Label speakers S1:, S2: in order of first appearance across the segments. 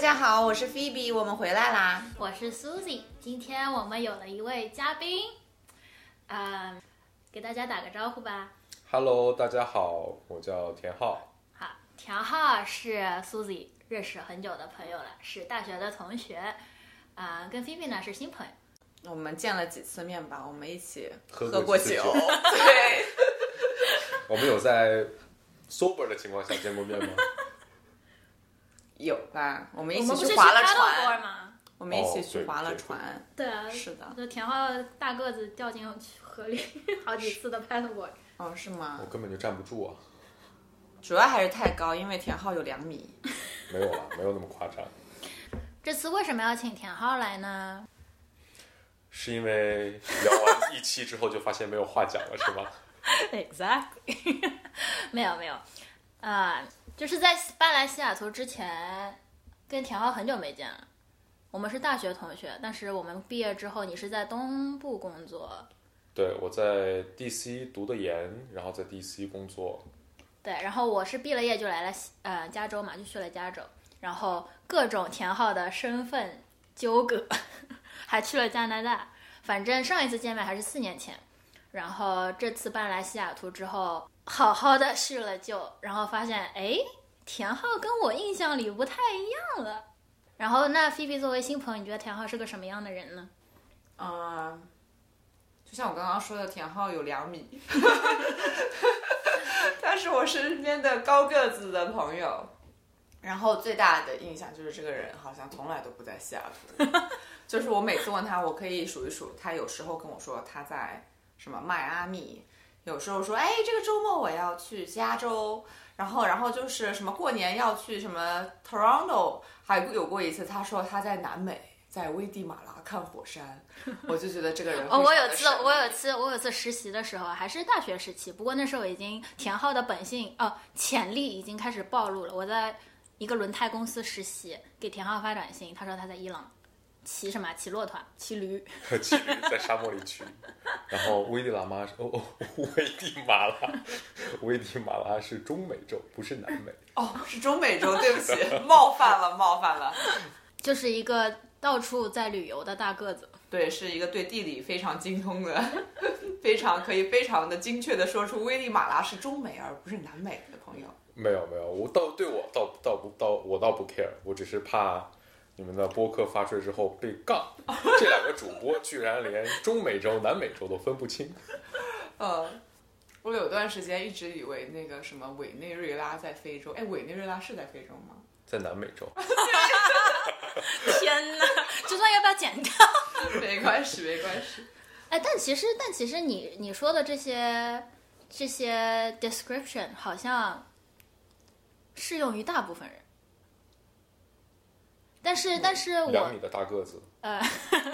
S1: 家好，我是 Phoebe，我们回来啦。
S2: 我是 Susie，今天我们有了一位嘉宾，啊、给大家打个招呼吧。
S3: Hello，大家好，我叫田浩。
S2: 好，田浩是 Susie 认识很久的朋友了，是大学的同学，啊、跟菲菲呢是新朋友。
S1: 我们见了几次面吧？我们一起
S3: 喝
S1: 喝
S3: 过
S1: 过
S3: 几次
S1: 酒，
S3: 酒
S1: 对，
S3: 我们有在 sober 的情况下见过面吗？
S1: 有吧？我们一
S2: 我
S1: 起
S2: 们不是
S1: 划了
S2: 开到
S1: 船，
S2: 波吗？
S1: 我们一起
S3: 哦
S1: 去
S3: 对
S1: 划了
S3: 对
S1: 船，
S2: 对啊，
S1: 是的。
S2: 就田浩大个子掉进 河里好几次的 paddleboard。
S1: 哦，是吗
S3: 我？根本就站不住啊！
S1: 主要还是太高，因为田浩有两米。
S3: 没有啦，没有那么夸张，
S2: 这次为什么要请田浩来呢？
S3: 是因为聊完一期之后就发现没有话讲了，是吗？
S2: Exactly，没 有没有，啊、就是在搬来西雅图之前，跟田浩很久没见了。我们是大学同学，但是我们毕业之后，你是在东部工作，
S3: 对，我在 DC 读的研，然后在 DC 工作，
S2: 对，然后我是毕了业就来了西呃加州嘛，就去了加州，然后各种田浩的身份纠葛， 还去了加拿大。反正上一次见面还是四年前，然后这次搬来西雅图之后，好好的叙了旧，然后发现哎，田浩跟我印象里不太一样了。然后那菲菲作为新朋友，你觉得田浩是个什么样的人呢？
S1: 嗯、就像我刚刚说的，田浩有两米， 他是我身边的高个子的朋友。然后最大的印象就是这个人好像从来都不在西雅 图，就是我每次问他，我可以数一数，他有时候跟我说他在什么迈阿密，有时候说哎这个周末我要去加州，然后然后就是什么过年要去什么 Toronto，还有过一次他说他在南美，在危地马拉看火 山，我就觉得这个人
S2: 哦，
S1: 非
S2: 我
S1: 常
S2: 有
S1: 地
S2: 次
S1: 神秘
S2: 我有次我有次实习的时候，还是大学时期，不过那时候已经田浩的本性哦潜力已经开始暴露了。我在一个轮胎公司实习，给田浩发短信，他说他在伊朗骑什么骑骆驼骑驴，
S3: 骑驴在沙漠里骑。然后危地马拉是，哦哦，危地马拉，危地马拉是中美洲，不是南美。
S1: 哦，是中美洲，对不起，冒犯了，冒犯了。
S2: 就是一个到处在旅游的大个子。
S1: 对，是一个对地理非常精通的， 非常可以非常的精确的说出危地马拉是中美而不是南美的朋友。
S3: 没有没有，我倒对我倒倒不倒我倒不 care，我只是怕你们的播客发出来之后被 杠。这两个主播居然连中美洲、南美洲都分不清。
S1: 呃，我有段时间一直以为那个什么委内瑞拉在非洲，哎，委内瑞拉是在非洲吗？
S3: 在南美洲，
S2: 天 哪，这段要不要剪掉？
S1: 没关系，没关系。
S2: 哎，但其实但其实你你说的这些这些 description 好像适用于大部分人，但是但是我
S3: 嗯两米的大个子，
S1: 他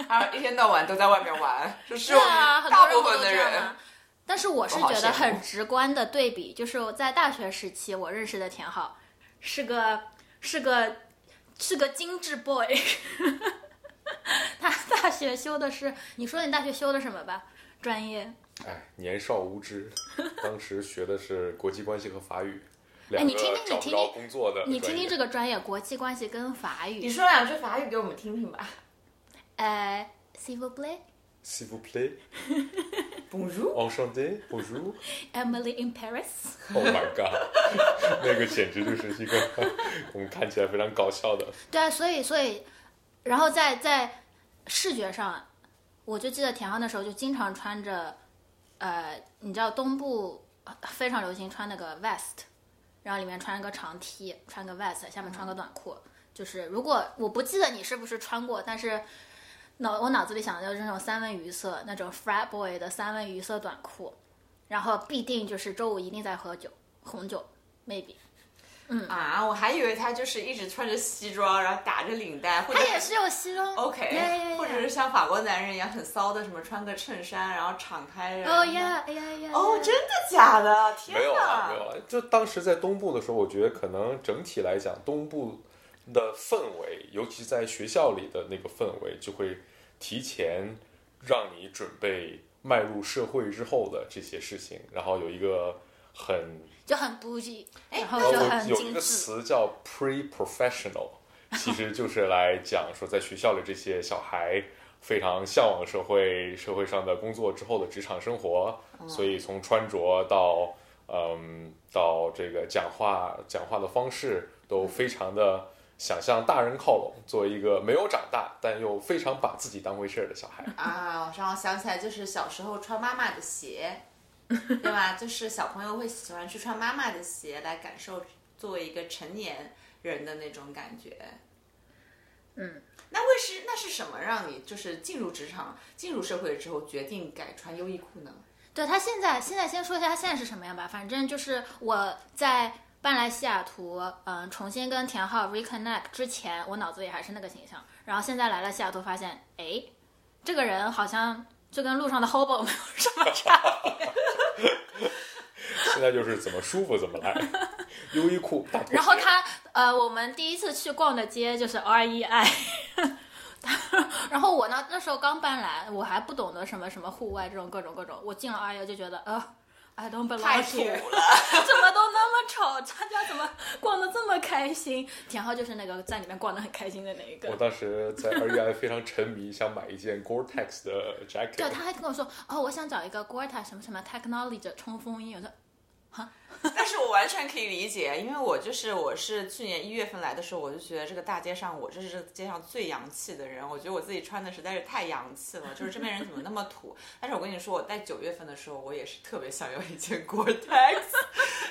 S1: 啊一天到晚都在外面玩，就是
S2: 对
S1: 我
S2: 啊，
S1: 们
S2: 很
S1: 大
S2: 多
S1: 部
S2: 不
S1: 分
S2: 都
S1: 的
S2: 这样
S1: 人
S2: 啊。但是我是
S1: 我好
S2: 觉得
S1: 羡慕
S2: 很直观的对比，就是我在大学时期我认识的田浩，是个是个是个精致 boy。他大学修的是，你说你大学修的什么吧？专业？
S3: 哎，年少无 知，当时学的是国际关系和法语，
S2: 哎
S3: 两
S2: 你
S3: 个
S2: 听听你
S3: 找不
S2: 听
S3: 着
S2: 听
S3: 工作的专业。
S2: 你听听这个专业，国际关系跟法语。
S1: 说两句法语给我们听听吧。
S2: 呃 s i v i l play
S3: ，s'il vous plaît，en
S1: Bonjour，
S3: chanté，bonjour。
S2: Emily in Paris。
S3: Oh my god，那个简直就是一个 我们看起来非常搞笑的
S2: 对啊，所以所以，然后在在视觉上，我就记得田浩那时候就经常穿着，呃，你知道东部呃非常流行穿那个 vest，然后里面穿个长 T，穿个 vest，下面
S1: 嗯
S2: 穿个短裤。就是如果我不记得你是不是穿过，但是脑我脑子里想的就是那种三文鱼色那种 frat boy 的三文鱼色短裤，然后必定就是周五一定在喝酒，红酒 maybe。
S1: 啊，我还以为他就是一直穿着西装，然后打着领带，或者
S2: 他也是有西装
S1: OK，
S2: 呀呀呀呀
S1: 或者是像法国男人一样很骚的，什么穿个衬衫，然后敞开然后
S2: 哦呀哎呀呀！
S1: 哦，
S2: 呀
S1: 真的假的？天
S3: 没有啊，
S1: 哪！
S3: 没有啊。就当时在东部的时候，我觉得可能整体来讲，东部的氛围，尤其在学校里的那个氛围，就会提前让你准备迈入社会之后的这些事情，然后有一个很，
S2: 就很哎 bougie，然后
S3: 然后
S2: 就很
S3: 哦有有一
S2: 精
S3: 个
S2: 致。
S3: 词叫 pre-professional，其实就是来讲说在学校里这些小孩非常向往社会社会上的工作之后的职场生活，
S2: 哦
S3: 所以从穿着到嗯到这个讲话讲话的方式都
S2: 嗯
S3: 非常的想向大人靠拢，作为一个没有长大但又非常把自己当回事儿的小孩。
S1: 啊，我让我想起来，就是小时候穿妈妈的 鞋，对吧？就是小朋友会喜欢去穿妈妈的鞋来感受作为一个成年人的那种感觉。
S2: 嗯，
S1: 那为是那是什么让你就是进入职场、进入社会之后决定改穿优衣库呢？
S2: 对他现在，现在先说一下他现在是什么样吧。反正就是我在搬来西雅图，嗯、重新跟田浩 reconnect 之前，我脑子里还是那个形象。然后现在来了西雅图，发现，哎，这个人好像就跟路上的 hobo 没有什么差别。
S3: 现在就是怎么舒服怎么来，优衣库大拖鞋
S2: 然后他呃，我们第一次去逛的街就是 R E I。然后我呢，那时候刚搬来，我还不懂得什么什么户外这种各种各种。我进了 R E I 就觉得，呃，I don't belong
S1: 太
S2: to
S1: 土了
S2: 怎么都那么丑，大家怎么逛的这么开心？田浩就是那个在里面逛的很开心的那一
S3: 我
S2: 个。
S3: 当时在二 E I 非常沉迷，想买一件 Gore-Tex 的
S2: 对，
S3: jacket，
S2: 他还跟我说，哦，我想找一个 Gorta 什么什么 technology 冲锋衣，我说
S1: 但是我完全可以理解，因为我就是我是去年一月份来的时候，我就觉得这个大街上我这是这个街上最洋气的人，我觉得我自己穿的实在是太洋气了，就是这边人怎么那么土？但是我跟你说，我在九月份的时候，我也是特别想要一件 Gore-Tex，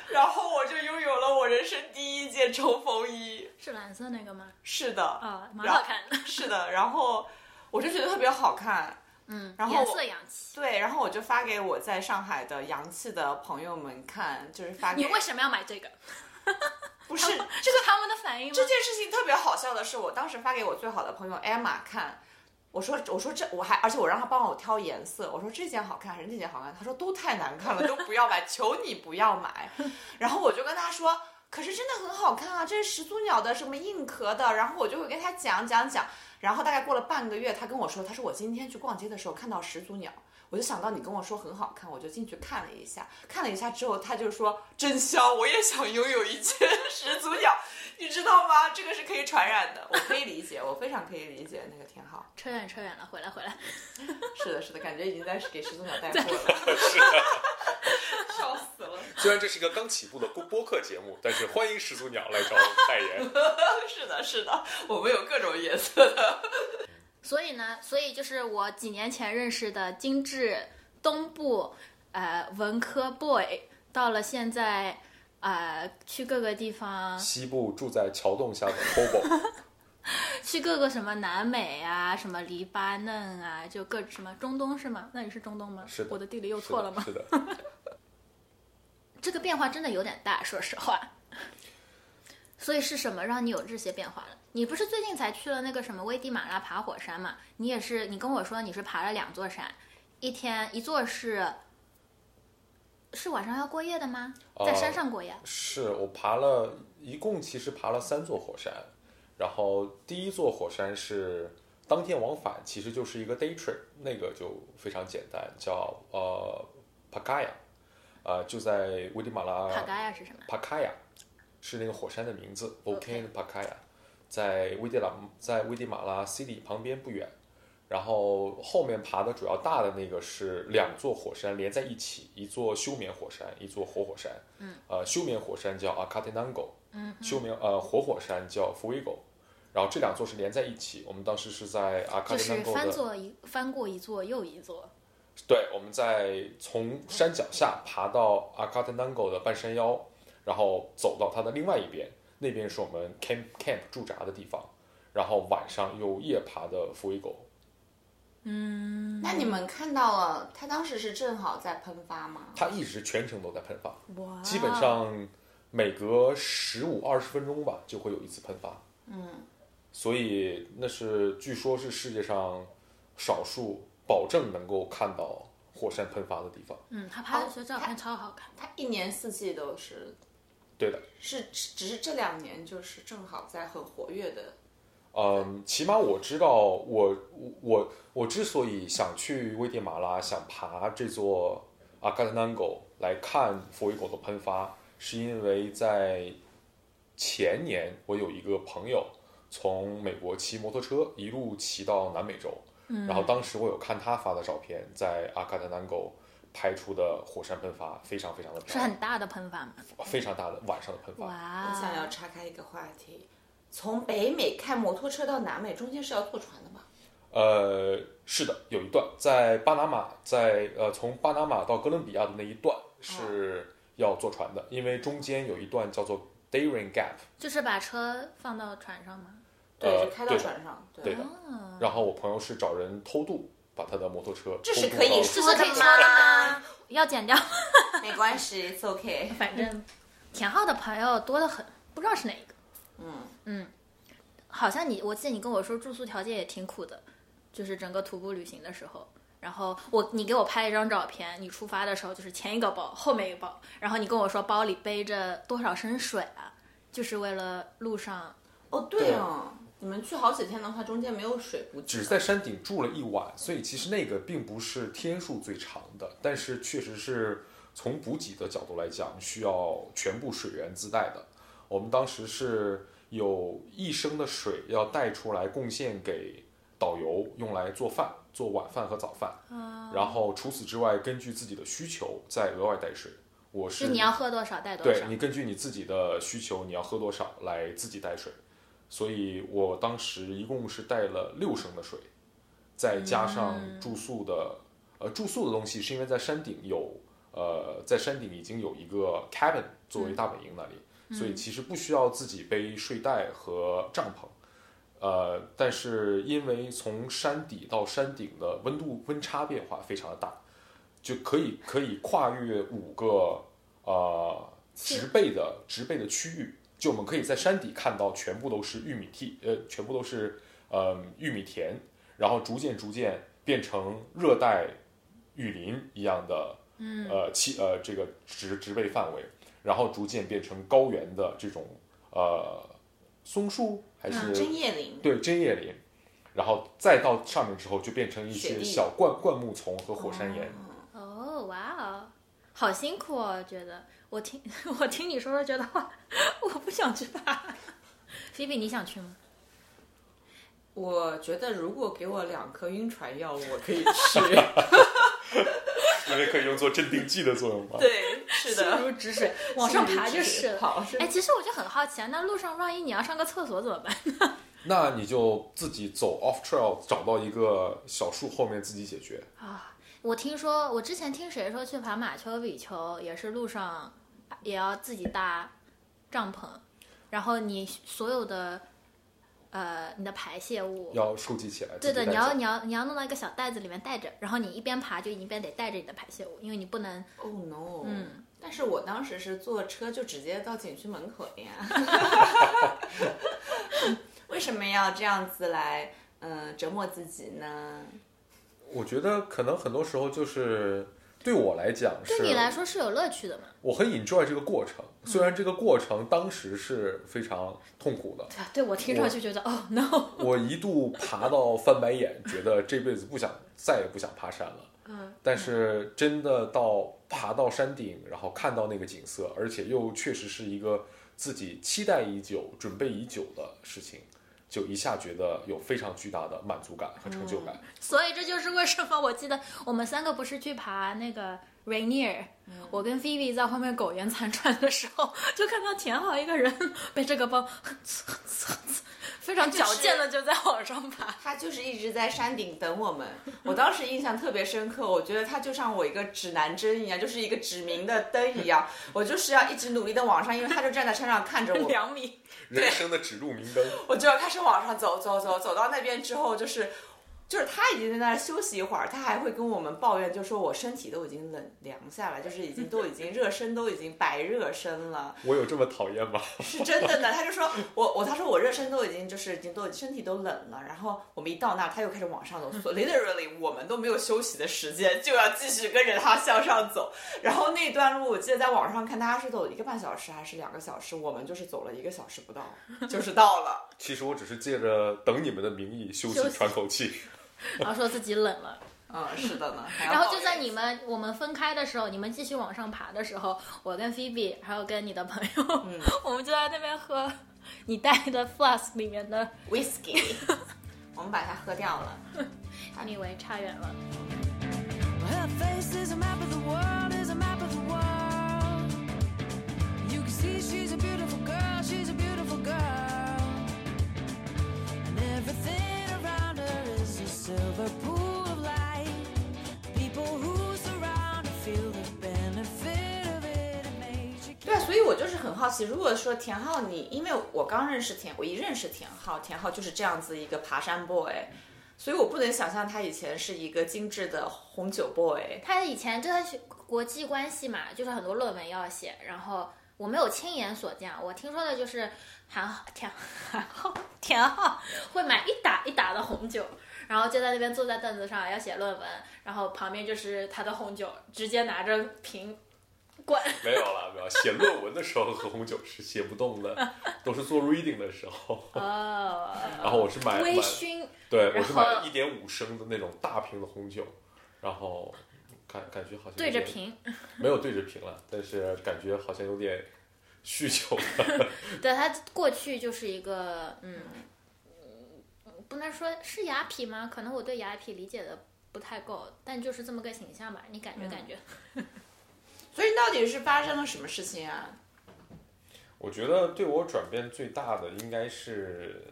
S1: 然后我就拥有了我人生第一件冲锋衣，
S2: 是蓝色那个吗？
S1: 是的，
S2: 啊、蛮好看的，
S1: 是的，然后我就觉得特别好看，
S2: 嗯，
S1: 然后
S2: 颜
S1: 我
S2: 色洋气。
S1: 对，然后我就发给我在上海的洋气的朋友们看，就是发给
S2: 你为什么要买这个？
S1: 不 是
S2: 这是他们的反应吗
S1: 这？件事情特别好笑的是，我当时发给我最好的朋友 Emma 看，我说我说这我还而且我让她帮我挑颜色，我说这件好看还是那件好看，她说都太难看了，都不要买，求你不要买。然后我就跟她说。可是真的很好看啊！这是始祖鸟的什么硬壳的，然后我就会跟她讲讲讲，然后大概过了半个月，她跟我说，她说我今天去逛街的时候看到始祖鸟，我就想到你跟我说很好看，我就进去看了一下，看了一下之后，她就说真香，我也想拥有一件 始祖鸟，你知道吗？这个是可以传染的，我可以理解，我非常可以理解，那个挺好。
S2: 扯远扯远了，回来回来。
S1: 是的，是的，感觉已经在给始祖鸟带货了， 笑死了。
S3: 虽然这是一个刚起步的播播客节目，但是欢迎始祖鸟来找我们 代言。
S1: 是的，是的，我们有各种颜色的。
S2: 所以呢，所以就是我几年前认识的精致东部呃文科 boy，到了现在呃去各个地方，
S3: 西部住在桥洞下的 Hobo，
S2: 去各个什么南美啊，什么黎巴嫩啊，就各什么中东是吗？那你是中东吗？
S3: 是的
S2: 我的地理又错了吗？
S3: 是的，是的
S2: 这个变化真的有点大，说实话。 所以是什么让你有这些变化了？你不是最近才去了那个什么危地马拉爬火山嘛？你也是，你跟我说你是爬了两座山，一天一座是是晚上要过夜的吗？
S3: 哦
S2: 在山上过夜？
S3: 是我爬了，一共其实爬了三座火山，然后第一座火山是当天往返，其实就是一个 day trip，那个就非常简单，叫呃 Pacaya，呃就在危地马拉
S2: 帕嘎呀是什么？
S3: Pacaya 是那个火山的名字，Volcano Pacaya，在危地马在危地马拉 city 旁边不远。然后后面爬的主要大的那个是两座火山连在一起，一座休眠火山，一座活火山。嗯，呃，休眠火山叫 Acatenango，嗯，休眠呃活火山叫 Fuego，然后这两座是连在一起。我们当时是在
S2: 就是翻
S3: Acatenango 的，
S2: 座一翻过一座又一座，
S3: 对，我们在从山脚下爬到 Acatenango 的半山腰，然后走到它的另外一边，那边是我们 camp camp 驻扎的地方，然后晚上又夜爬的 Fuego。
S1: 那你们看到了，他当时是正好在喷发吗？
S3: 它一直全程都在喷发，
S2: 哇
S3: 基本上每隔十五二十分钟吧就会有一次喷发。嗯，所以那是据说是世界上少数保证能够看到火山喷发的地方。
S2: 嗯，他拍的时候照片超好看。
S1: 他一年四季都是，
S3: 对的，
S1: 是只是这两年就是正好在很活跃的。
S3: 嗯，起码我知道我我我之所以想去危地马拉，想爬这座阿卡特南狗来看佛伊狗的喷发，是因为在前年我有一个朋友，从美国骑摩托车一路骑到南美洲。然后当时我有看他发的照片，在阿卡特南沟拍出的火山喷发，非常非常的漂
S2: 是
S3: 亮
S2: 很，大的喷发吗？
S3: 非常大的晚上的喷发。
S2: 哇，
S1: 我想要岔开一个话题，从北美开摩托车到南美，中间是要坐船的吧？
S3: 呃，是的，有一段在巴拿马，在呃从巴拿马到哥伦比亚的那一段是要坐船的，因为中间有一段叫做 Darien Gap，
S2: 就是把车放到船上吗？
S3: 呃，
S1: 是开到
S3: 对的
S1: 船上。
S3: 对
S1: 对，
S3: 的。然后我朋友是找人偷渡，把他的摩托车
S1: 这
S3: 偷
S1: 是
S3: 渡
S1: 可以
S3: 到
S2: 这
S1: 说的
S2: 是可以说
S1: 吗
S2: 的？要剪掉，
S1: 没关系，it's OK。
S2: 反正田浩的朋友多得很，不知道是哪一个。
S1: 嗯
S2: 嗯，好像你，我记得你跟我说住宿条件也挺苦的，就是整个徒步旅行的时候。然后我，你给我拍了一张照片，你出发的时候就是前一个包，后面一个包，然后你跟我说包里背着多少升水啊，就是为了路上
S1: 哦，对哦，你们去好几天的话，中间没有水补给
S3: 只是在山顶住了一晚，所以其实那个并不是天数最长的，但是确实是从补给的角度来讲，需要全部水源自带的。我们当时是有一升的水要带出来贡献给导游，用来做饭、做晚饭和早饭。然后除此之外，根据自己的需求再额外带水。我是
S2: 就你要喝多少带多
S3: 对
S2: 少。
S3: 你根据你自己的需求，你要喝多少来自己带水。所以我当时一共是带了六升的水，再加上
S2: 嗯
S3: 住宿的，呃，住宿的东西是因为在山顶有，呃，在山顶已经有一个 cabin 作
S2: 嗯
S3: 为大本营那里，所以其实不需要自己背睡袋和帐篷。呃，但是因为从山底到山顶的温度温差变化非常的大，就可以可以跨越五个呃植被的植被的区域，就我们可以在山底看到全部都是玉米地，呃，全部都是呃玉米田，然后逐渐逐渐变成热带雨林一样的，嗯，呃气呃这个植植被范围，然后逐渐变成高原的这种呃松树还是、
S1: 啊针叶林，
S3: 对针叶林，然后再到上面之后就变成一
S1: 雪
S3: 些
S1: 地
S3: 小灌灌木丛和火山岩。
S2: 哦，哇哦，好辛苦哦！觉得我听 我听你说说，觉得 哇我不想去爬。 菲比，你想去吗？
S1: 我觉得如果给我两颗晕船药，我 可以去。
S3: 因为可以用作镇定剂的作用吧。
S1: 对，是
S2: 心
S1: 的，
S2: 如止水，往上爬就是了。
S1: 好，是
S2: 哎，其实我就很好奇啊，那路上万一你要上个厕所怎么办？
S3: 那你就自己走 off trail，找到一个小树后面自己解决。
S2: 啊，我听说，我之前听谁说去爬马丘比丘也是路上也要自己搭帐篷，然后你所有的呃你的排泄物，
S3: 要收集起来。
S2: 对
S3: 自
S2: 的，
S3: 己带
S2: 你要
S3: 走
S2: 你要你要弄到一个小袋子里面带着，然后你一边爬就一边得带着你的排泄物，因为你不能
S1: Oh no！
S2: 嗯，
S1: 但是我当时是坐车就直接到景区门口了呀。 为什么要这样子来嗯、呃折磨自己呢？
S3: 我觉得可能很多时候就是对我来讲是，
S2: 对你来说是有乐趣的嘛。
S3: 我很 enjoy 这个过程，虽然这个过程当时是非常痛苦的，
S2: 对啊，对我听上去觉得哦 no，
S3: 我一度爬到翻白眼，觉得这辈子不想再也不想爬山了。
S2: 嗯，
S3: 但是真的到爬到山顶，然后看到那个景色，而且又确实是一个自己期待已久、准备已久的事情，就一下觉得有非常巨大的满足感和成就感。
S2: 所以这就是为什么我记得我们三个不是去爬那个 Rainier，、我跟 Phoebe 在后面苟延残喘的时候， 就看到田浩一个人被这个 包非常矫健的就在往上爬。
S1: 他就是一直在山顶等我们。我当时印象特别深刻，我觉得他就像我一个指南针一样，就是一个指明的灯一样，我就是要一直努力的往上，因为他就站在山上看着我。
S2: 两米，
S3: 人生的指路明灯，
S1: 我就要开始往上走，走走走到那边之后，就是就是他已经在那儿休息一会儿，他还会跟我们抱怨，就说我身体都已经冷凉下来，就是已经都已经热身都已经白热身了，
S3: 我有这么讨厌吗？
S1: 是真的呢。他就说我我他说我热身都已经就是已经都身体都冷了，然后我们一到那儿他又开始往上走 所，literally 我们都没有休息的时间，就要继续跟着他向上走。然后那段路我记得在网上看大家是走一个半小时还是两个小时，我们就是走了一个小时不到，就是到了。
S3: 其实我只是借着等你们的名义休息
S2: 休息
S3: 喘口气。
S2: 然后说自己冷了，
S1: 嗯，是的呢。还要
S2: 然后
S1: 抱
S2: 就
S1: 怨
S2: 在你们我们分开的时候，你们继嗯 续往上爬的时候，我跟 Phoebe 还有跟你的朋友，我们就在那边喝你带的 flask 里面的
S1: whisky，我 们把它喝掉了。
S2: 你以为差远了。
S4: Her face is a map of the world, is a map of the world. You can see she's a beautiful girl, she's a beautiful girl. And everything around her is a silver pool of light. People who surround her feel the benefit of it. It makes you
S1: 对啊，所以我就是很好奇，如果说田浩你，因为我刚认识田，我一认识田浩，田浩就是这样子一个爬山 boy，所以我不能想象他以前是一个精致的红酒 boy。
S2: 他以前真的是国际关系嘛，就是很多论文要写，然后我没有亲眼所见，我听说的就是韩浩田韩浩田浩 会买一打一打的红酒，然后就在那边坐在凳子上要写论文，然后旁边就是他的红酒，直接拿着瓶灌。
S3: 没有了，没有。写论文的时候喝红酒是写不动的，都是做 reading 的时候。
S2: 哦，
S3: 然后我是买买
S2: 微，醺，
S3: 对我
S2: 然
S3: 是买了
S2: 后
S3: 一点五升的那种大瓶的红酒，然后感感觉好像有
S2: 对着
S3: 点
S2: 瓶，
S3: 没有对着瓶了，但是感觉好像有点酗酒了。
S2: 对他过去就是一个嗯，嗯不能说是雅痞吗？可能我对雅痞理解的不太够，但就是这么个形象吧。你感觉感觉，
S1: 所以到底是发生了什么事情啊？
S3: 我觉得对我转变最大的应该是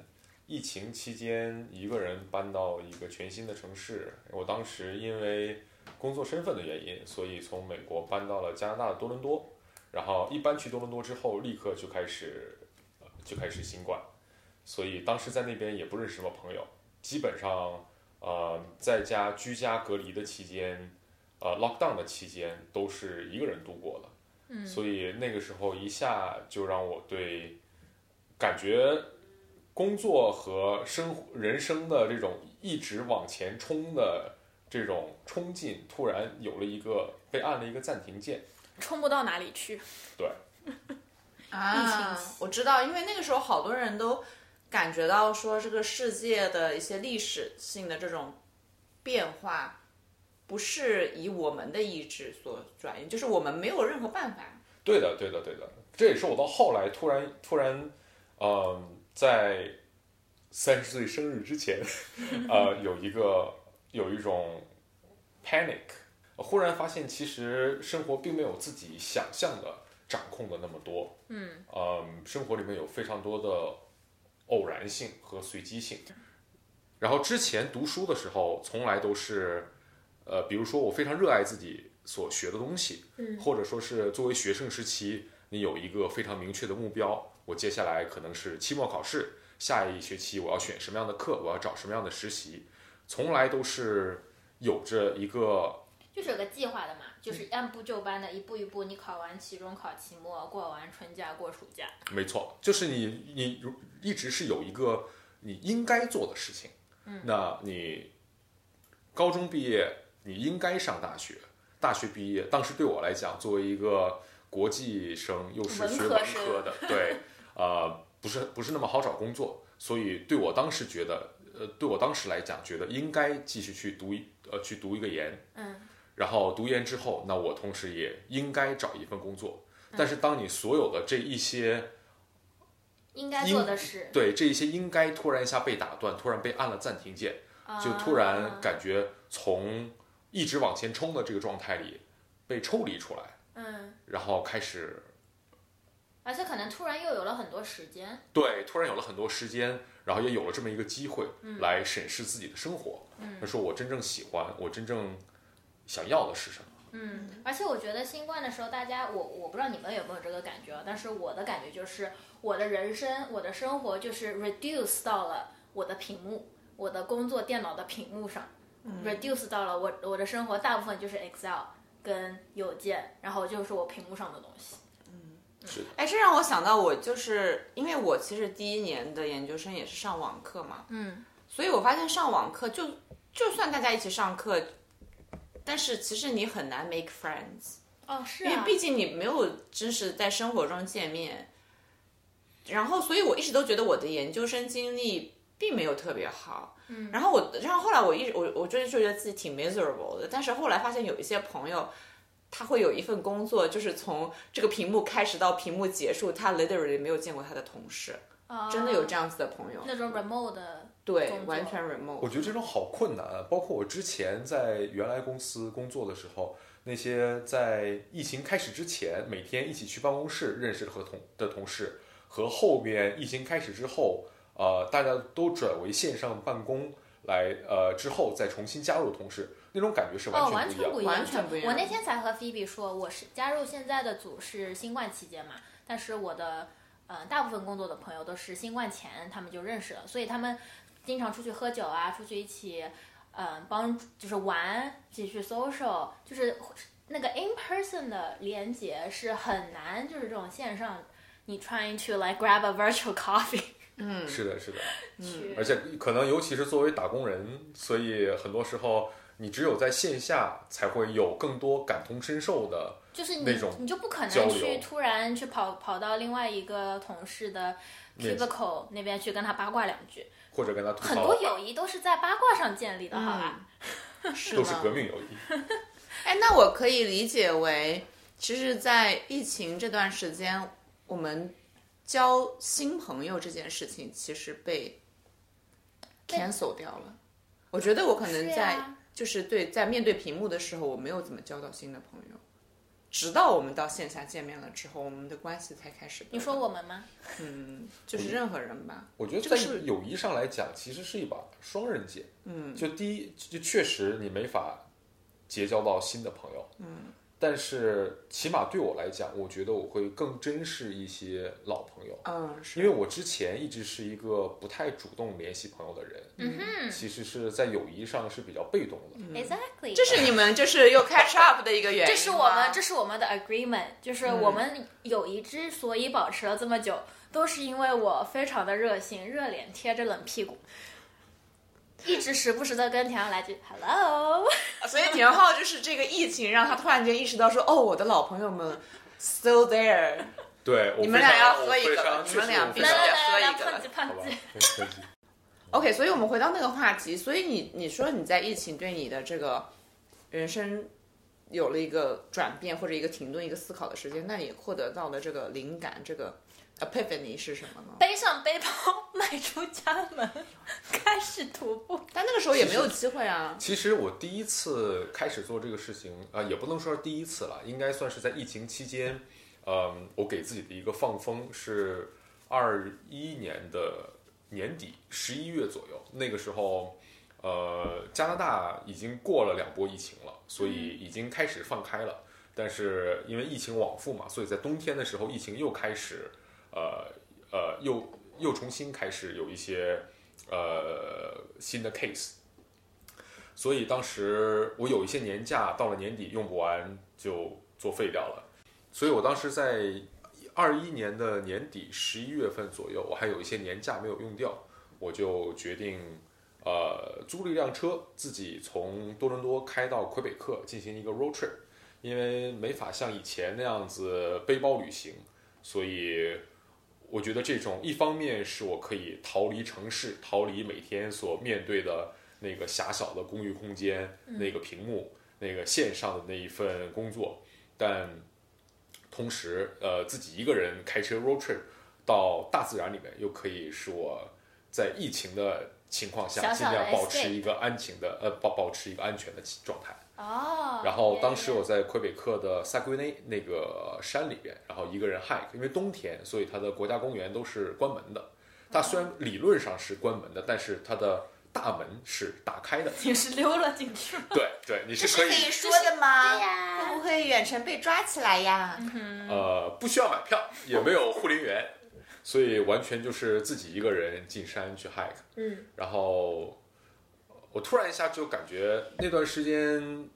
S3: 疫情期间一个人搬到一个全新的城市。我当时因为工作身份的原因，所以从美国搬到了加拿大的多伦多。然后一搬去多伦多之后，立刻就开始呃就开始新冠，所以当时在那边也不认识什么朋友，基本上呃在家居家隔离的期间，呃 lockdown 的期间都是一个人度过的。
S2: 嗯
S3: 所以那个时候一下就让我对感觉工作和生活人生的这种一直往前冲的这种冲劲，突然有了一个被按了一个暂停键。
S2: 冲不到哪里去。
S3: 对，
S1: 啊
S2: 疫情，
S1: 我知道，因为那个时候好多人都感觉到说这个世界的一些历史性的这种变化，不是以我们的意志所转移，就是我们没有任何办法。
S3: 对的，对的，对的，这也是我到后来突然突然，嗯、在三十岁生日之前， 呃，有一个有一种 panic，呃忽然发现其实生活并没有自己想象的掌控的那么多，嗯，生活里面有非常多的偶然性和随机性。然后之前读书的时候，从来都是，呃，比如说我非常热爱自己所学的东西，或者说是作为学生时期，你有一个非常明确的目标，我接下来可能是期末考试，下一学期我要选什么样的课，我要找什么样的实习，从来都是有着一个
S2: 就是有个计划的嘛，就是按部就班的，一步一步，你考完期中，考期末，过完春假，过暑假。
S3: 没错，就是你你如一直是有一个你应该做的事情。嗯，那你高中毕业，你应该上大学。大学毕业，当时对我来讲，作为一个国际生，又是
S2: 文
S3: 学
S2: 科
S3: 文
S2: 生
S3: 科的， 对，呃，不是不是那么好找工作，所以对我当时觉得，呃，对我当时来讲，觉得应该继续去读一呃去读一个研，
S2: 嗯，
S3: 然后读研之后，那我同时也应该找一份工作。
S2: 嗯
S3: 但是当你所有的这一些
S2: 应该
S3: 应
S2: 做的事，
S3: 对这一些应该突然一下被打断，突然被按了暂停键，就突然
S2: 啊
S3: 感觉从一直往前冲的这个状态里被抽离出来，
S2: 嗯，
S3: 然后开始
S2: 而且可能突然又有了很多时间。
S3: 对突然有了很多时间，然后也有了这么一个机会来审视自己的生活，那说我真正喜欢，我真正想要的是什么？
S2: 嗯，而且我觉得新冠的时候，大家我我不知道你们有没有这个感觉啊，但是我的感觉就是，我的人生、我的生活就是 reduce 到了我的屏幕、我的工作电脑的屏幕上、r
S1: 嗯
S2: e d u c e 到了我我的生活大部分就是 Excel 跟邮件，然后就是我屏幕上的东西。
S1: 哎，这让我想到，我就是因为我其实第一年的研究生也是上网课嘛，
S2: 嗯，
S1: 所以我发现上网课就就算大家一起上课，但是其实你很难 make friends。
S2: 哦，是
S1: 因为毕竟你没有真是在生活中见面，然后所以我一直都觉得我的研究生经历并没有特别好，嗯，然后我，然后后来我一直我我就是觉得自己挺 miserable 的，但是后来发现有一些朋友。他会有一份工作，就是从这个屏幕开始到屏幕结束，他 literally 没有见过他的同事，真的有这样子的朋友，
S2: 哦那种 remote 的
S1: 对
S2: 工，作
S1: 完全 remote。
S3: 我觉得这种好困难啊！包括我之前在原来公司工作的时候，那些在疫情开始之前每天一起去办公室认识的和同的同事，和后面疫情开始之后，呃，大家都转为线上办公来，呃，之后再重新加入的同事，那种感觉是
S2: 哦，
S3: 完
S2: 完
S3: 全不
S2: 不
S3: 一样。
S1: 完全不一样
S2: 我那天才和菲比说，我是加入现在的组是新冠期间嘛，但是我的呃大部分工作的朋友都是新冠前他们就认识了，所以他们经常出去喝酒啊，出去一起嗯、呃帮就是玩，一起去 social，就是那个 in person 的连接是很难，就是这种线上你 trying to like grab a virtual coffee
S3: 是的，是的。
S2: 去，
S3: 而且可能尤其是作为打工人，所以很多时候你只有在线下才会有更多感同身受的。
S2: 就是
S3: 那
S2: 你
S3: 种
S2: 你就不可
S3: 交
S2: 能
S3: 流
S2: 去突然去跑跑到另外一个同事的
S3: 面前
S2: cubicle 那边去跟他八卦两句，
S3: 或者跟他吐槽，啊
S2: 很多友谊都是在八卦上建立的，好吧？
S1: 是
S3: 都是
S1: 吗
S3: 革命友 谊。
S1: 哎，那我可以理解为，其实，在疫情这段时间，我们交新朋友这件事情其实被 cancel 掉了。我觉得我可能
S2: 是啊
S1: 在、
S2: 呀
S1: 就是对在面对屏幕的时候，我没有怎么交到新的朋友，直到我们到线下见面了之后，我们的关系才开始。嗯
S2: 你说我们吗？
S1: 就是任何人吧？
S3: 我觉得
S1: 这个
S3: 在
S1: 是
S3: 友谊上来讲，其实是一把双刃剑。嗯，就第一，就确实你没法结交到新的朋友。嗯，但是起码对我来讲，我觉得我会更珍视一些老朋友。
S1: 嗯，
S3: 因
S1: 是
S3: 为我之前一直是一个不太主动联系朋友的人，
S2: 嗯哼
S3: 其实是在友谊上是比较被动的。
S2: ，exactly，
S1: 嗯这是你们就是又 catch up 的一个原因吗。
S2: 这是我
S3: 哎
S2: 们这是我们的 agreement，就是
S1: 嗯
S2: 我们友谊之所以保持了这么久，都是因为我非常的热心，热脸贴着冷屁股，一直时不时的跟田阳来句 hello。
S1: 所以田浩就是这个疫情让他突然间意识到说，哦，我的老朋友们 still there。
S3: 对，我
S1: 你们
S3: 非常
S1: 俩要
S3: 我
S1: 喝一
S3: 非
S1: 个
S3: 常
S1: 你
S3: 确
S1: 们
S3: 实
S1: 俩
S3: 我
S1: 必
S3: 非
S1: 须
S2: 来
S3: 常
S1: 得
S2: 来来
S1: 喝
S2: 来，
S1: 一个
S2: 胖子
S3: 好
S2: 胖
S3: 吧
S2: 子，，
S3: 可以可以
S1: OK，所以我们回到那个话题，所以你你说你在疫情对你的这个人生有了一个转变或者一个停顿、一个思考的时间，那你获得到的这个灵感，这个 epiphany 是什么呢？
S2: 背上背包，迈出家门，开始徒步。
S1: 但那个时候也没有机会啊。
S3: 其实我第一次开始做这个事情，啊，也不能说是第一次了，应该算是在疫情期间，嗯，我给自己的一个放风是二一年的年底十一月左右，那个时候，呃，加拿大已经过了两波疫情了，所以已经开始放开了，但是因为疫情往复嘛，所以在冬天的时候疫情又开始，呃呃，又又重新开始有一些呃新的 case。所以当时我有一些年假到了年底用不完就作废掉了，所以我当时在二一年的年底十一月份左右，我还有一些年假没有用掉，我就决定呃租了一辆车，自己从多伦多开到魁北克进行一个 road trip，因为没法像以前那样子背包旅行，所以我觉得这种一方面是我可以逃离城市，逃离每天所面对的那个狭小的公寓空间、
S2: 嗯
S3: 那个屏幕、那个线上的那一份工作，但同时呃自己一个人开车 road trip 到大自然里面，又可以使我在疫情的情况下
S2: 小
S3: 尽
S2: 小的
S3: 量保持
S2: escape
S3: 一个安情的呃保保持一个安全的状态。
S2: 哦
S3: 然后当时我
S2: 我
S3: 在魁北克的萨圭内那个山里边，然后一个人 hike，因为冬天，所以它的国家公园都是关门的。它虽然理论上是关门的，但是它的大门是打开的。
S2: 也是溜了进去。
S3: 对对，你是可以
S1: 说的吗？嗯
S2: 对呀
S1: 会不会远程被抓起来呀？
S3: 呃不需要买票，也没有护林员，所以完全就是自己一个人进山去 hike。
S2: 嗯，
S3: 然后我突然一下就感觉那段时间，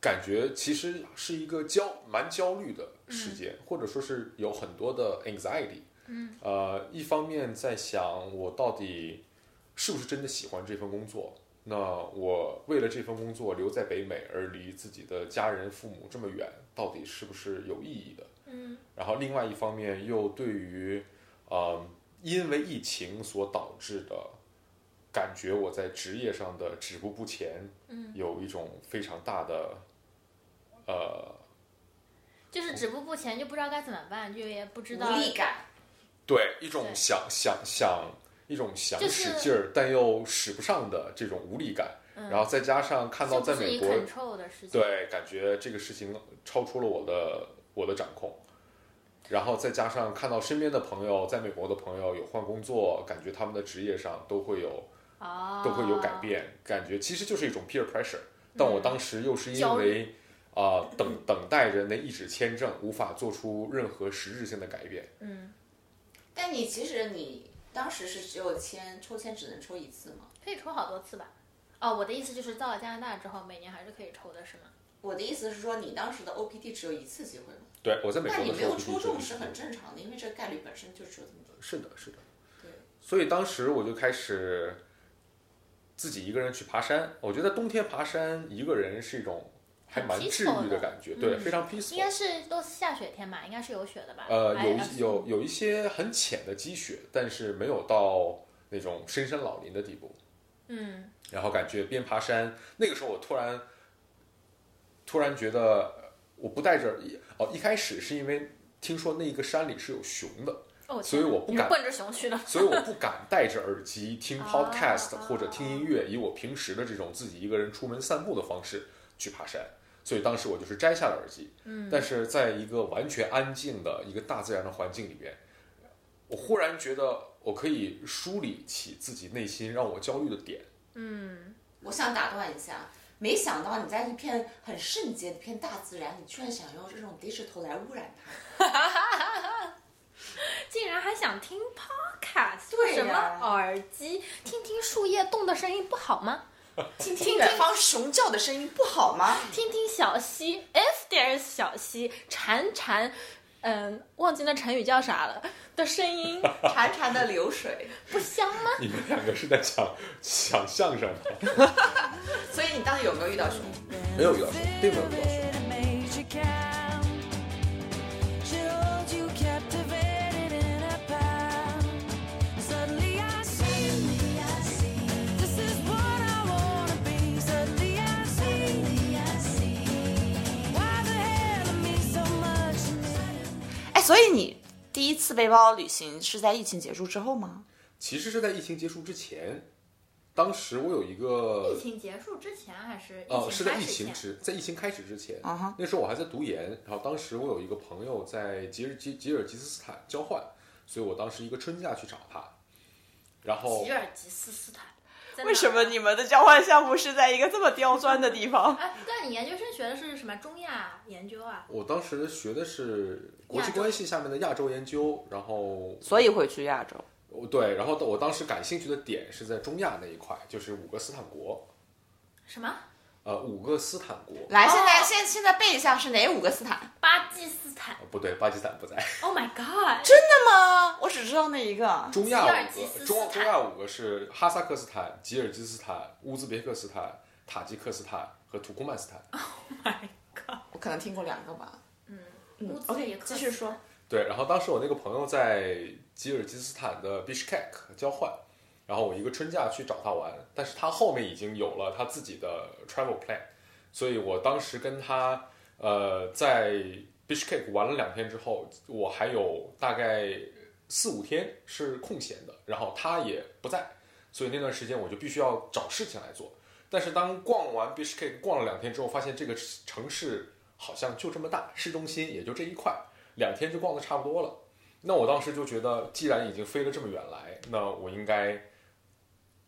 S3: 感觉其实是一个焦蛮焦虑的时间，或者说是有很多的 anxiety。嗯，呃，一方面在想我到底是不是真的喜欢这份工作。那我为了这份工作留在北美，而离自己的家人、父母这么远，到底是不是有意义的？
S2: 嗯，
S3: 然后另外一方面又对于，呃，因为疫情所导致的感觉，我在职业上的止步不前，嗯，有一种非常大的，呃，
S2: 就是止步不前，就不知道该怎么办，就也不知道
S1: 无力感，
S3: 对一种
S2: 对
S3: 想想想一种想
S2: 就是
S3: 使劲儿，但又使不上的这种无力感，然后再加上看到
S2: 这
S3: 在
S2: 不是
S3: 美
S2: 一
S3: 国
S2: control 的事情。
S3: 对，感觉这个事情超出了我的我的掌控，然后再加上看到身边的朋友，在美国的朋友有换工作，感觉他们的职业上都会有
S2: 哦，
S3: 都会有改。
S1: 啊
S3: 变，感觉其实就是一种 peer pressure。但
S1: 嗯
S3: 我当时又是因
S2: 焦
S3: 为啊、等等待着那一纸签证，无法做出任何实质性的改变。
S2: 嗯，
S1: 但你其实你当时是只有签抽签只能抽一次吗？
S2: 可以抽好多次吧？哦，我的意思就是到了加拿大之后，每年还是可以抽的，是吗？
S1: 我的意思是说，你当时的 OPT 只有一次机会吗？
S3: 对我在美国
S1: 但你
S3: 的
S1: 没
S3: 时候
S1: 有抽
S3: 就是这
S1: 中
S3: 个情
S1: 是
S3: 况
S1: 很正常的，因为这个概率本身就只有这么多。
S3: 是的，是的。
S1: 对
S3: 所以当时我就开始自己一个人去爬山。我觉得冬天爬山一个人是一种还蛮
S2: 很 peaceful 嗯
S3: 治愈的感觉，对，非常
S2: 应该
S3: peaceful。
S2: 是都是下雪天吧？应该是有雪的吧？
S3: 呃，
S2: I
S3: 有
S2: assume
S3: 一有有一些很浅的积雪，但是没有到那种深山老林的地步。
S2: 嗯，
S3: 然后感觉边爬山，那个时候我突然突然觉得呃我不带着哦，一开始是因为听说那一个山里是有熊的，
S2: 哦，
S3: 所以
S2: 天哪
S3: 我不
S2: 你是
S3: 敢
S2: 奔着熊去的。
S3: 所以我不敢戴着耳机听 podcast
S2: 啊
S3: 或者听音乐，以我平时的这种自己一个人出门散步的方式去爬山。所以当时我就是摘下了耳机，嗯，但是在一个完全安静的一个大自然的环境里边，我忽然觉得我可以梳理起自己内心让我焦虑的点。
S2: 嗯，
S1: 我想打断一下，没想到你在一片很圣洁的一片大自然，你居然想用这种 digital 来污染它。
S2: 竟然还想听 podcast？
S1: 对呀
S2: 什么耳机？听听树叶动的声音不好吗？
S1: 听听远方熊叫的声音不好吗？
S2: 听听小溪，if there's 小溪潺潺，嗯，忘记那成语叫啥了的声音，
S1: 潺潺的流水。
S2: 不香吗？
S3: 你们两个是在讲讲相声吗？
S1: 所以你当时有没有遇到熊？
S3: 没有遇到什么，并没有遇到什么。
S1: 哎，所以你第一次背包旅行是在疫情结束之后吗？
S3: 其实是在疫情结束之前，当时我有一个
S2: 疫情结束之前还是
S3: 哦，是在
S2: 开
S3: 疫
S2: 始
S3: 情
S2: 前
S3: 之在疫情开始之前
S2: 哦
S1: 啊哈
S3: 那时候我还在读研，然后当时我有一个朋友在吉尔吉吉尔吉斯斯坦交换，所以我当时一个春假去找他，然后
S2: 吉尔吉斯斯坦。啊在哪儿
S5: 为什么你们的交换项目是在一个这么刁钻的地 方？
S2: 哎，对你研究生学的是什么中亚研究啊？
S3: 我当时学的是国
S2: 亚
S3: 际
S2: 洲
S3: 关系下面的亚洲研究，然后
S5: 所以会去亚洲。
S3: 我对，然后我当时感兴趣的点是在中亚那一块，就是五个斯坦国，
S2: 什么
S3: 呃，五个斯坦国，
S1: 来，现在
S2: 哦
S1: 现现在背一下是哪五个斯坦？
S2: 巴基斯坦
S3: 呃不对，巴基斯坦不在，
S2: ？Oh my god！
S1: 真的吗？我只知道那一个。
S3: 中亚
S2: 吉尔
S3: 五
S2: 吉斯斯
S3: 个，中
S2: 坦
S3: 中亚五个是哈萨克斯坦、吉尔吉斯斯坦、乌兹别克斯坦、塔吉克斯坦和土库曼斯坦。
S1: 我可能听过两个吧。
S2: 乌兹别克斯坦
S1: 继续说。
S3: 对，然后当时我那个朋友在吉尔吉斯斯坦的 Bishkek 交换，然后我一个春假去找他玩，但是他后面已经有了他自己的 travel plan，所以我当时跟他呃在 Bishkek 玩了两天之后，我还有大概四五天是空闲的，然后他也不在，所以那段时间我就必须要找事情来做。但是当逛完 Bishkek 逛了两天之后，发现这个城市好像就这么大，市中心也就这一块，两天就逛的差不多了。那我当时就觉得，既然已经飞了这么远来，那我应该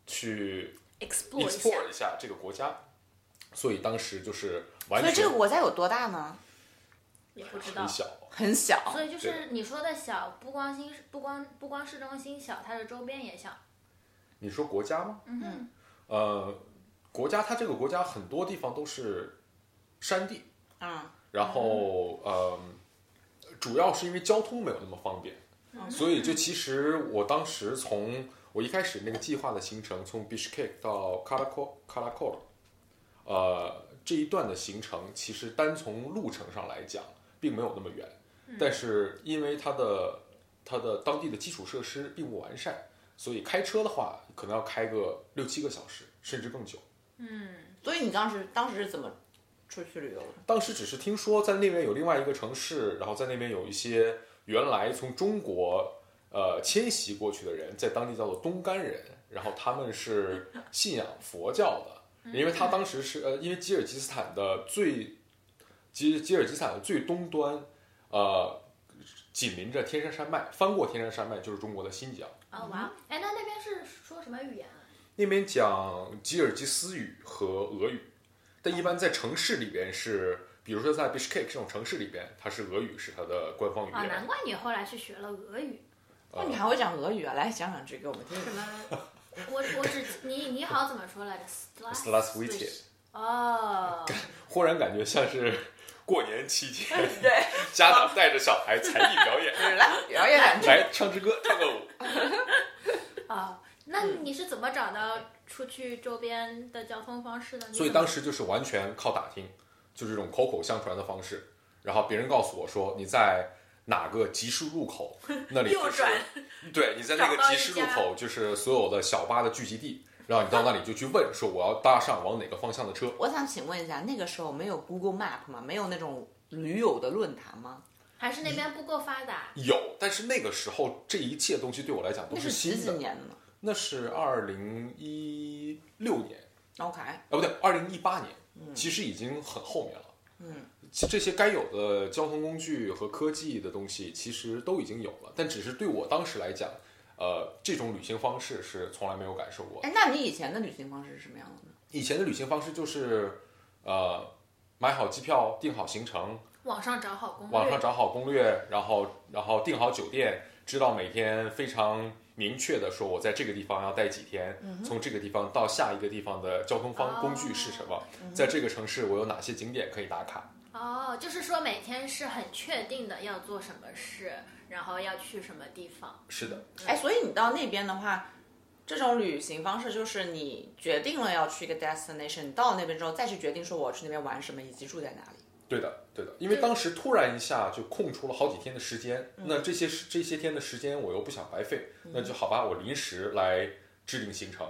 S3: 去
S2: explore 一下
S3: explore 一下这个国家。所以当时就是
S5: 啊
S3: 完
S1: 所以
S3: 全
S1: 这个国家有多大呢？
S2: 也不知道
S3: 很。小，
S1: 很小。
S2: 所以就是
S3: 对
S2: 你说的小，不光新不光不光市中心小，它的周边也小。
S3: 你说国家吗？
S2: 嗯哼，
S3: 呃，国家它这个国家很多地方都是山地，
S1: 嗯，
S3: 然后呃，主要是因为交通没有那么方便，所以就其实我当时从我一开始那个计划的行程，从 Bishkek 到 Karakol Karakol，呃，这一段的行程其实单从路程上来讲，并没有那么远，但是因为它的它的当地的基础设施并不完善，所以开车的话可能要开个六七个小时，甚至更久。
S1: 所以你当时当时是怎么出去旅游的？
S3: 当时只是听说在那边有另外一个城市，然后在那边有一些原来从中国呃迁徙过去的人，在当地叫做东干人，然后他们是信仰佛教的，因为他当时是呃，因为吉尔吉斯坦的最吉吉尔吉斯坦的最东端，呃，紧邻着天山山脉，翻过天山山脉就是中国的新疆，
S2: 啊哇，哎，那那边是说什么语言啊？
S3: 那边讲吉尔吉斯语和俄语，但一般在城市里边是，比如说在 Bishkek 这种城市里边，它是俄语是它的官方语
S2: 啊，难
S3: 言。
S2: 怪你后来去学了俄语。
S3: 呃
S1: 那你还会讲俄语啊？来讲讲这个我们听
S2: 什
S1: 听。
S2: 么？我我只你你好怎么说来着 s
S3: s l a s w i t i
S2: 哦，
S3: 忽然感觉像是过年期 间，
S1: 对，
S3: 家长带着小孩才艺表演，
S1: 来 表演两句。
S3: 来唱支歌，跳个舞。
S2: 哦，那你是怎么找到出去周边的交通方式的？
S3: 所以当时就是完全靠打听，就是这种口口相传的方式。然后别人告诉我说你在哪个集市入口 那里、就是，
S2: 右转
S3: 对，你在那
S2: 找到
S3: 个
S2: 一
S3: 集市入
S2: 家
S3: 口就是所有的小巴的聚集地，然后你到那里就去问说我要搭上往哪个方向的车。
S1: 我想请问一下，那个时候没有 Google Map 吗？没有那种驴友的论坛吗？
S2: 还是那边不够发达，
S3: 有，但是那个时候这一切东西对我来讲都
S1: 那是十
S3: 新
S1: 几
S3: 的。
S1: 年的吗
S3: 那是二零一六年，
S1: ？OK，
S3: 啊不对，二零一八年，其实已经很后面了。
S1: 嗯，
S3: 其这些该有的交通工具和科技的东西其实都已经有了，但只是对我当时来讲，呃，这种旅行方式是从来没有感受过的。
S1: 哎，那你以前的旅行方式是什么样的呢？
S3: 以前的旅行方式就是，呃，买好机票，定好行程，
S2: 网上找好攻略。
S3: 网上找好攻略，然后然后订好酒店，知道每天非常明确的说我在这个地方要待几天，从这个地方到下一个地方的交通方、
S2: 哦
S3: 工具是什么，在这个城市我有哪些景点可以打卡。
S2: 哦，就是说每天是很确定的要做什么事，然后要去什么地方。
S3: 是的，
S1: 哎，所以你到那边的话，这种旅行方式就是你决定了要去一个 destination，你到了那边之后再去决定说我要去那边玩什么以及住在哪里。
S3: 对的，对的，因为当时突然一下就空出了好几天的时间，那这些时这些天的时间我又不想白费，那就好吧，我临时来制定行程。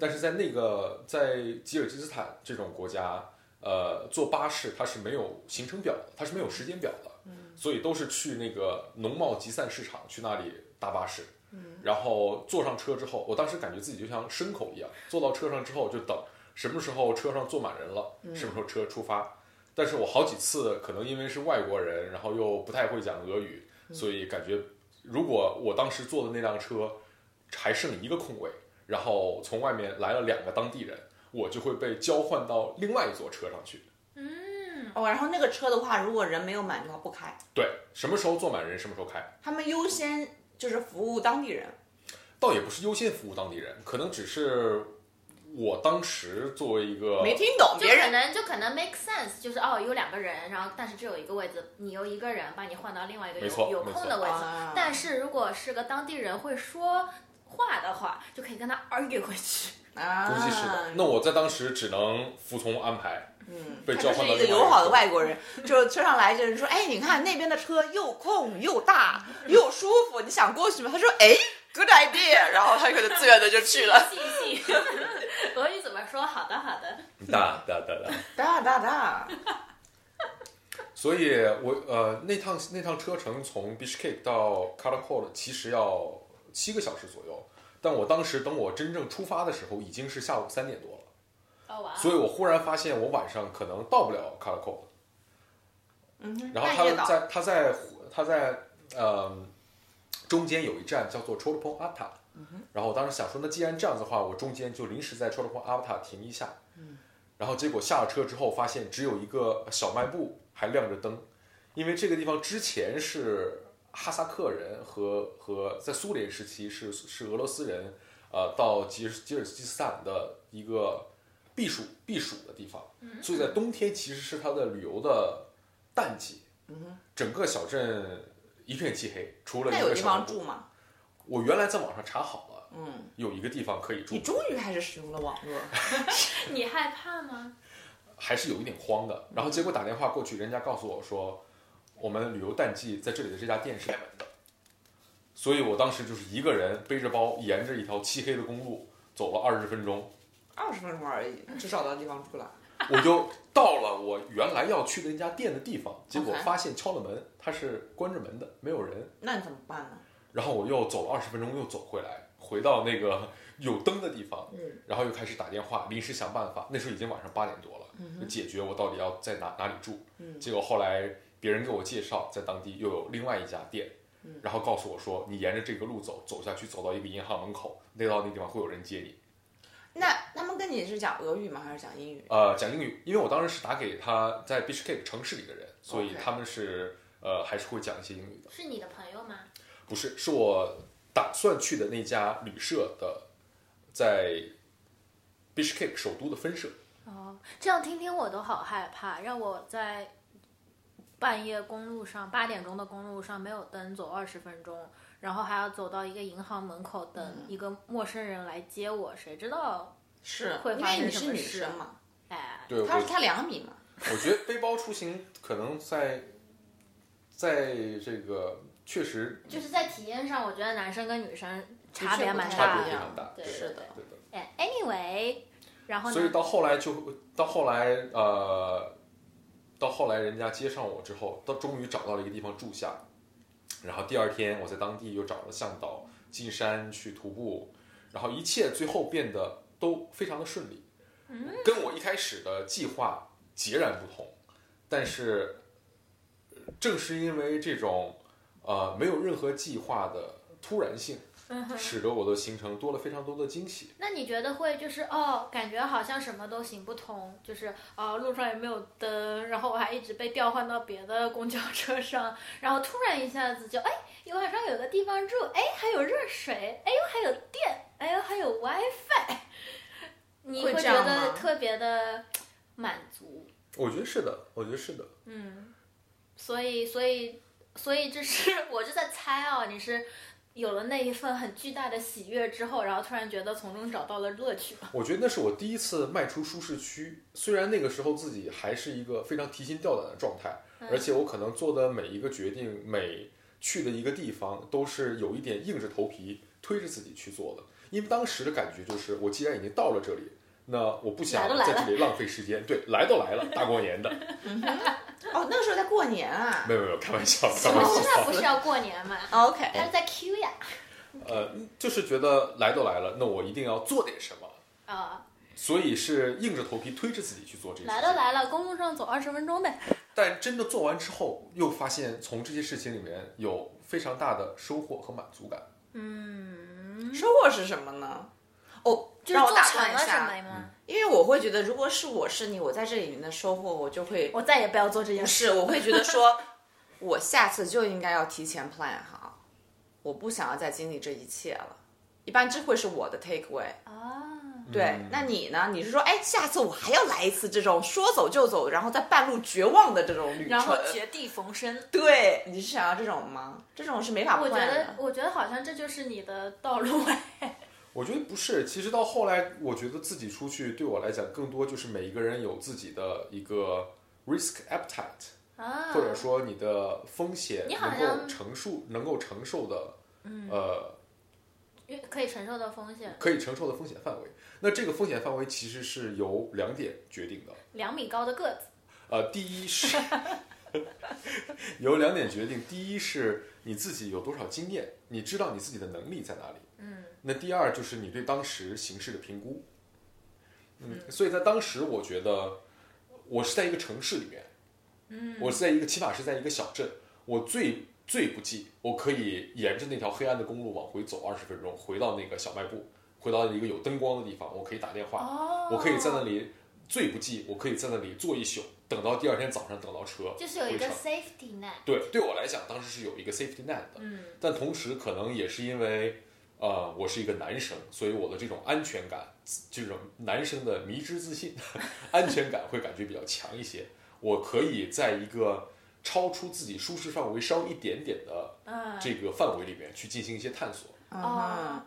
S3: 但是在那个在吉尔吉斯坦这种国家，呃，坐巴士它是没有行程表的，它是没有时间表的，所以都是去那个农贸集散市场去那里搭巴士。然后坐上车之后，我当时感觉自己就像牲口一样，坐到车上之后就等什么时候车上坐满人了，什么时候车出发。但是我好几次可能因为是外国人，然后又不太会讲俄语，
S1: 嗯
S3: 所以感觉如果我当时坐的那辆车还剩一个空位，然后从外面来了两个当地人，我就会被交换到另外一座车上去。
S1: 哦，然后那个车的话，如果人没有满的话不开，
S3: 对，什么时候坐满人，什么时候开。
S1: 他们优先就是服务当地人。
S3: 倒也不是优先服务当地人，可能只是我当时作为一个
S1: 没听懂
S2: 就
S1: 别
S2: 可
S1: 人
S2: 能就可能 make sense，就是哦有两个人，然后但是只有一个位置，你由一个人把你换到另外一个
S3: 没错
S2: 有有
S3: 没
S2: 空
S3: 错
S2: 的位置
S1: 啊。
S2: 但是如果是个当地人会说话的话，就可以跟他 argue 回去。
S1: 啊，
S3: 估计是的。那我在当时只能服从安排，嗯，被
S1: 他
S3: 交
S1: 就
S3: 换
S1: 是
S3: 到
S1: 一个
S3: 另
S1: 友好的
S3: 座
S1: 外国人，就车上来就是说，哎，你看那边的车又空又大又舒服，你想过去吗？他说，哎，good idea，然后他可能自愿的就去了。
S2: 信信， 俄语怎么说？好的，好的。
S3: 哒哒哒哒。
S1: 哒哒哒，
S3: 所以我呃那趟那趟车程从 Bishkek 到 Karakol 其实要七个小时左右，但我当时等我真正出发的时候已经是下午三点多了，
S2: 哦哇。
S3: 所以我忽然发现我晚上可能到不了 Karakol。
S1: 嗯，
S3: 然后
S1: 半夜
S3: 他
S1: 到
S3: 在他在他在呃中间有一站叫做 c h o l p o n Ata，、然
S1: 嗯
S3: 后我当时想说，那既然这样子的话，我中间就临时在 c h o l p o n Ata 停一下。
S1: 嗯
S3: 然后结果下了车之后，发现只有一个小卖部还亮着灯，因为这个地方之前是哈萨克人和和在苏联时期是是俄罗斯人，呃，到吉尔吉尔吉斯坦的一个避暑避暑的地方，
S1: 嗯
S3: 所以在冬天其实是它的旅游的淡季，整个小镇一片漆黑，除了
S1: 嗯那
S3: 一
S1: 有
S3: 个
S1: 地
S3: 小卖
S1: 方
S3: 部
S1: 住。吗？
S3: 我原来在网上查好了，
S1: 嗯，
S3: 有一个地方可以住
S1: 你，终于还是使用了网络，
S2: 你害怕吗？
S3: 还是有一点慌的。然后结果打电话过去，人家告诉我说，我们旅游淡季在这里的这家店是开门的，所以我当时就是一个人背着包，沿着一条漆黑的公路走了二十分钟，
S1: 二十分钟而已就找到地方住了。
S3: 我就到了我原来要去的那家店的地方，结果
S1: OK
S3: 发现敲了门，它是关着门的，没有人。
S1: 那你怎么办呢？
S3: 然后我又走了二十分钟，又走回来，回到那个有灯的地方，
S1: 嗯
S3: 然后又开始打电话，临时想办法。那时候已经晚上八点多了，
S1: 嗯
S3: 就解决我到底要在哪哪里住。结果后来别人给我介绍，在当地又有另外一家店，
S1: 嗯
S3: 然后告诉我说，你沿着这个路走，走下去，走到一个银行门口，那到那地方会有人接你。
S1: 那他们跟你是讲俄语吗？还是讲英语？
S3: 呃，讲英语，因为我当时是打给他在 Bishkek 城市里的人，所以
S1: OK
S3: 他们是呃还是会讲一些英语的。
S2: 是你的朋友吗？
S3: 不是，是我打算去的那家旅社的，在 Bishkek 首都的分社。
S2: 哦，这样听听我都好害怕，让我在半夜公路上八点钟的公路上没有灯走二十分钟，然后还要走到一个银行门口
S1: 嗯
S2: 等一个陌生人来接我，谁知道？
S1: 是
S2: 会
S1: 因
S2: 发
S1: 为
S2: 生
S1: 你
S2: 什
S1: 是
S2: 么
S1: 女
S2: 事
S1: 生嘛？
S2: 哎，
S3: 对，我
S1: 他是他两米嘛？
S3: 我觉得背包出行可能在在这个确实
S2: 就是在体验上，我觉得男生跟女生差
S1: 的确
S2: 别
S1: 不
S2: 蛮
S1: 太
S3: 差
S2: 大
S3: 别非
S2: 的。
S3: 常大。
S2: 对
S1: 是的
S3: 对的。
S2: 哎，anyway，然后
S3: 所以
S2: 呢？
S3: 到后来就到后来呃，到后来人家接上我之后，到终于找到了一个地方住下，然后第二天我在当地又找了向导进山去徒步，然后一切最后变得都非常的顺利，
S2: 嗯
S3: 跟我一开始的计划截然不同，但是呃正是因为这种呃没有任何计划的突然性，
S2: 嗯
S3: 使得我的行程多了非常多的惊喜。
S2: 那你觉得会就是哦，感觉好像什么都行不通，就是哦路上也没有灯，然后我还一直被调换到别的公交车上，然后突然一下子就哎，有晚上有个地方住，哎还有热水，哎呦还有电，哎呦还有 WiFi，你
S1: 会
S2: 会
S1: 这
S2: 觉
S1: 样吗
S2: 得特别的满足，
S3: 我觉得是的，我觉得是的。
S2: 嗯，所以所以所以这是 我就在猜哦，你是。有了那一份很巨大的喜悦之后，然后突然觉得从中找到了乐趣吧。
S3: 我觉得那是我第一次迈出舒适区，虽然那个时候自己还是一个非常提心吊胆的状态，
S2: 嗯
S3: 而且我可能做的每一个决定，每去的一个地方都是有一点硬着头皮推着自己去做的，因为当时的感觉就是，我既然已经到了这里。那我不想
S2: 来都来
S3: 在这里浪费时间，对，来都来了，大过年的，
S1: 哦，那个时候在过年啊。
S3: 没有没有，开玩笑，开
S2: 我
S3: 玩
S2: 们
S3: 笑
S2: 现，在不是要过年吗？
S1: OK，
S2: 他是在 Q 呀。
S3: 呃，就是觉得来都来了，那我一定要做点什么，
S2: 啊、
S3: 所以是硬着头皮推着自己去做这些事情。
S2: 来都来了，公路上走二十分钟呗。
S3: 但真的做完之后，又发现从这些事情里面有非常大的收获和满足感。
S2: 嗯，
S1: 收获是什么呢？哦，
S2: 就是
S1: 让我
S2: 做
S1: 打
S2: 成
S1: 断一
S2: 了什
S1: 下，
S2: 么吗？
S1: 因为我会觉得，如果是我是你，我在这里面的收获，我就会
S2: 我再也不要做这件
S1: 不
S2: 事。
S1: 是，我会觉得说， 我下次就应该要提前 plan 好，我不想要再经历这一切了。一般这会是我的 take away。
S2: 啊，
S1: 对，
S3: 嗯
S1: 那你呢？你是说，哎，下次我还要来一次这种说走就走，然后在半路绝望的这种旅程？
S2: 然后绝地逢生。
S1: 对，你是想要这种吗？这种是没法 plan
S2: 我觉得
S1: 的，。
S2: 我觉得好像这就是你的道路哎。
S3: 我觉得不是，其实到后来，我觉得自己出去对我来讲，更多就是每一个人有自己的一个 risk appetite，、
S2: 啊，
S3: 或者说你的风险
S2: 你好
S3: 能
S2: 像
S3: 够承受、能够承受的，呃，
S2: 因为可以承受的风险，
S3: 可以承受的风险范围。那这个风险范围其实是由两点决定的。
S2: 两米高的个子。
S3: 呃，第一是由两点决定，第一是你自己有多少经验，你知道你自己的能力在哪里。
S2: 嗯，
S3: 那第二就是你对当时形势的评估。嗯，所以在当时，我觉得我是在一个城市里面，嗯，我是在一个起码是在一个小镇，我最最不济，我可以沿着那条黑暗的公路往回走二十分钟，回到那个小卖部，回到一个有灯光的地方，我可以打电话，
S2: 哦
S3: 我可以在那里最不济，我可以在那里坐一宿，等到第二天早上等到车，
S2: 就是有一个
S3: 回程
S2: safety net。
S3: 对，对我来讲，当时是有一个 safety net 的，
S2: 嗯
S3: 但同时可能也是因为，呃，我是一个男生，所以我的这种安全感，这种男生的迷之自信， 安全感会感觉比较强一些。我可以在一个超出自己舒适范围稍一点点的
S2: 嗯。
S3: 这个范围里面去进行一些探索。
S1: 嗯
S2: 哦
S1: 哼，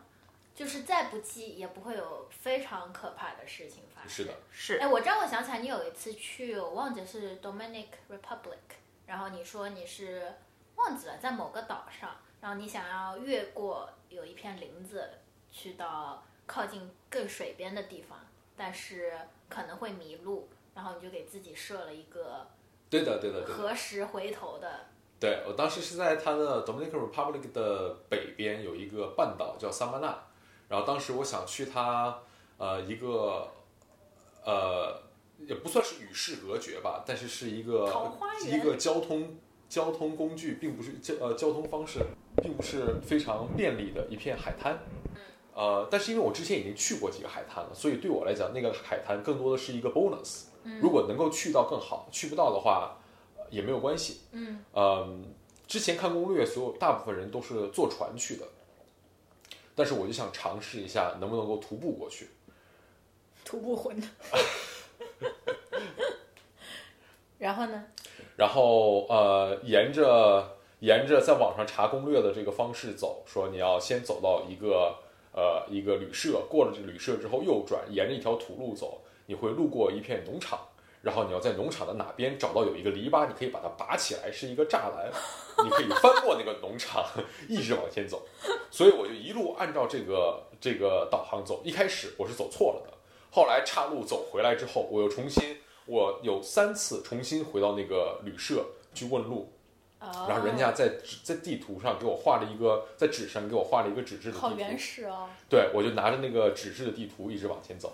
S2: 就是再不济也不会有非常可怕的事情发生。
S3: 是的，
S1: 是
S2: 哎，我让我想起来，你有一次去，我忘记是 Dominic Republic，然后你说你是忘记了在某个岛上，然后你想要越过有一片林子，去到靠近更水边的地方，但是可能会迷路，然后你就给自己设了一个
S3: 对的，对的，对的。
S2: 何时回头的
S3: 对我当时是在它的 Dominican Republic 的北边有一个半岛叫萨曼纳，然后当时我想去它呃一个呃也不算是与世隔绝吧，但是是一个
S2: 桃花源
S3: 一个交通交通工具，并不是交呃交通方式，并不是非常便利的一片海滩。
S2: 嗯
S3: 呃，但是因为我之前已经去过几个海滩了，所以对我来讲，那个海滩更多的是一个 bonus。
S2: 嗯
S3: 如果能够去到更好，去不到的话呃也没有关系。
S2: 嗯，
S3: 嗯，之前看攻略，所有大部分人都是坐船去的，但是我就想尝试一下能不能够徒步过去。
S2: 徒步 魂。然后呢？
S3: 然后呃，沿着沿着在网上查攻略的这个方式走，说你要先走到一个呃一个旅社，过了这旅社之后右转，沿着一条土路走，你会路过一片农场，然后你要在农场的哪边找到有一个篱笆，你可以把它拔起来，是一个栅栏，你可以翻过那个农场，一直往前走。所以我就一路按照这个这个导航走，一开始我是走错了的。后来岔路走回来之后，我又重新，我有三次重新回到那个旅社去问路，
S2: 哦
S3: 然后人家在纸在地图上给我画了一个，在纸上给我画了一个纸质的地
S2: 好
S3: 图，
S2: 原始哦。
S3: 对我就拿着那个纸质的地图一直往前走，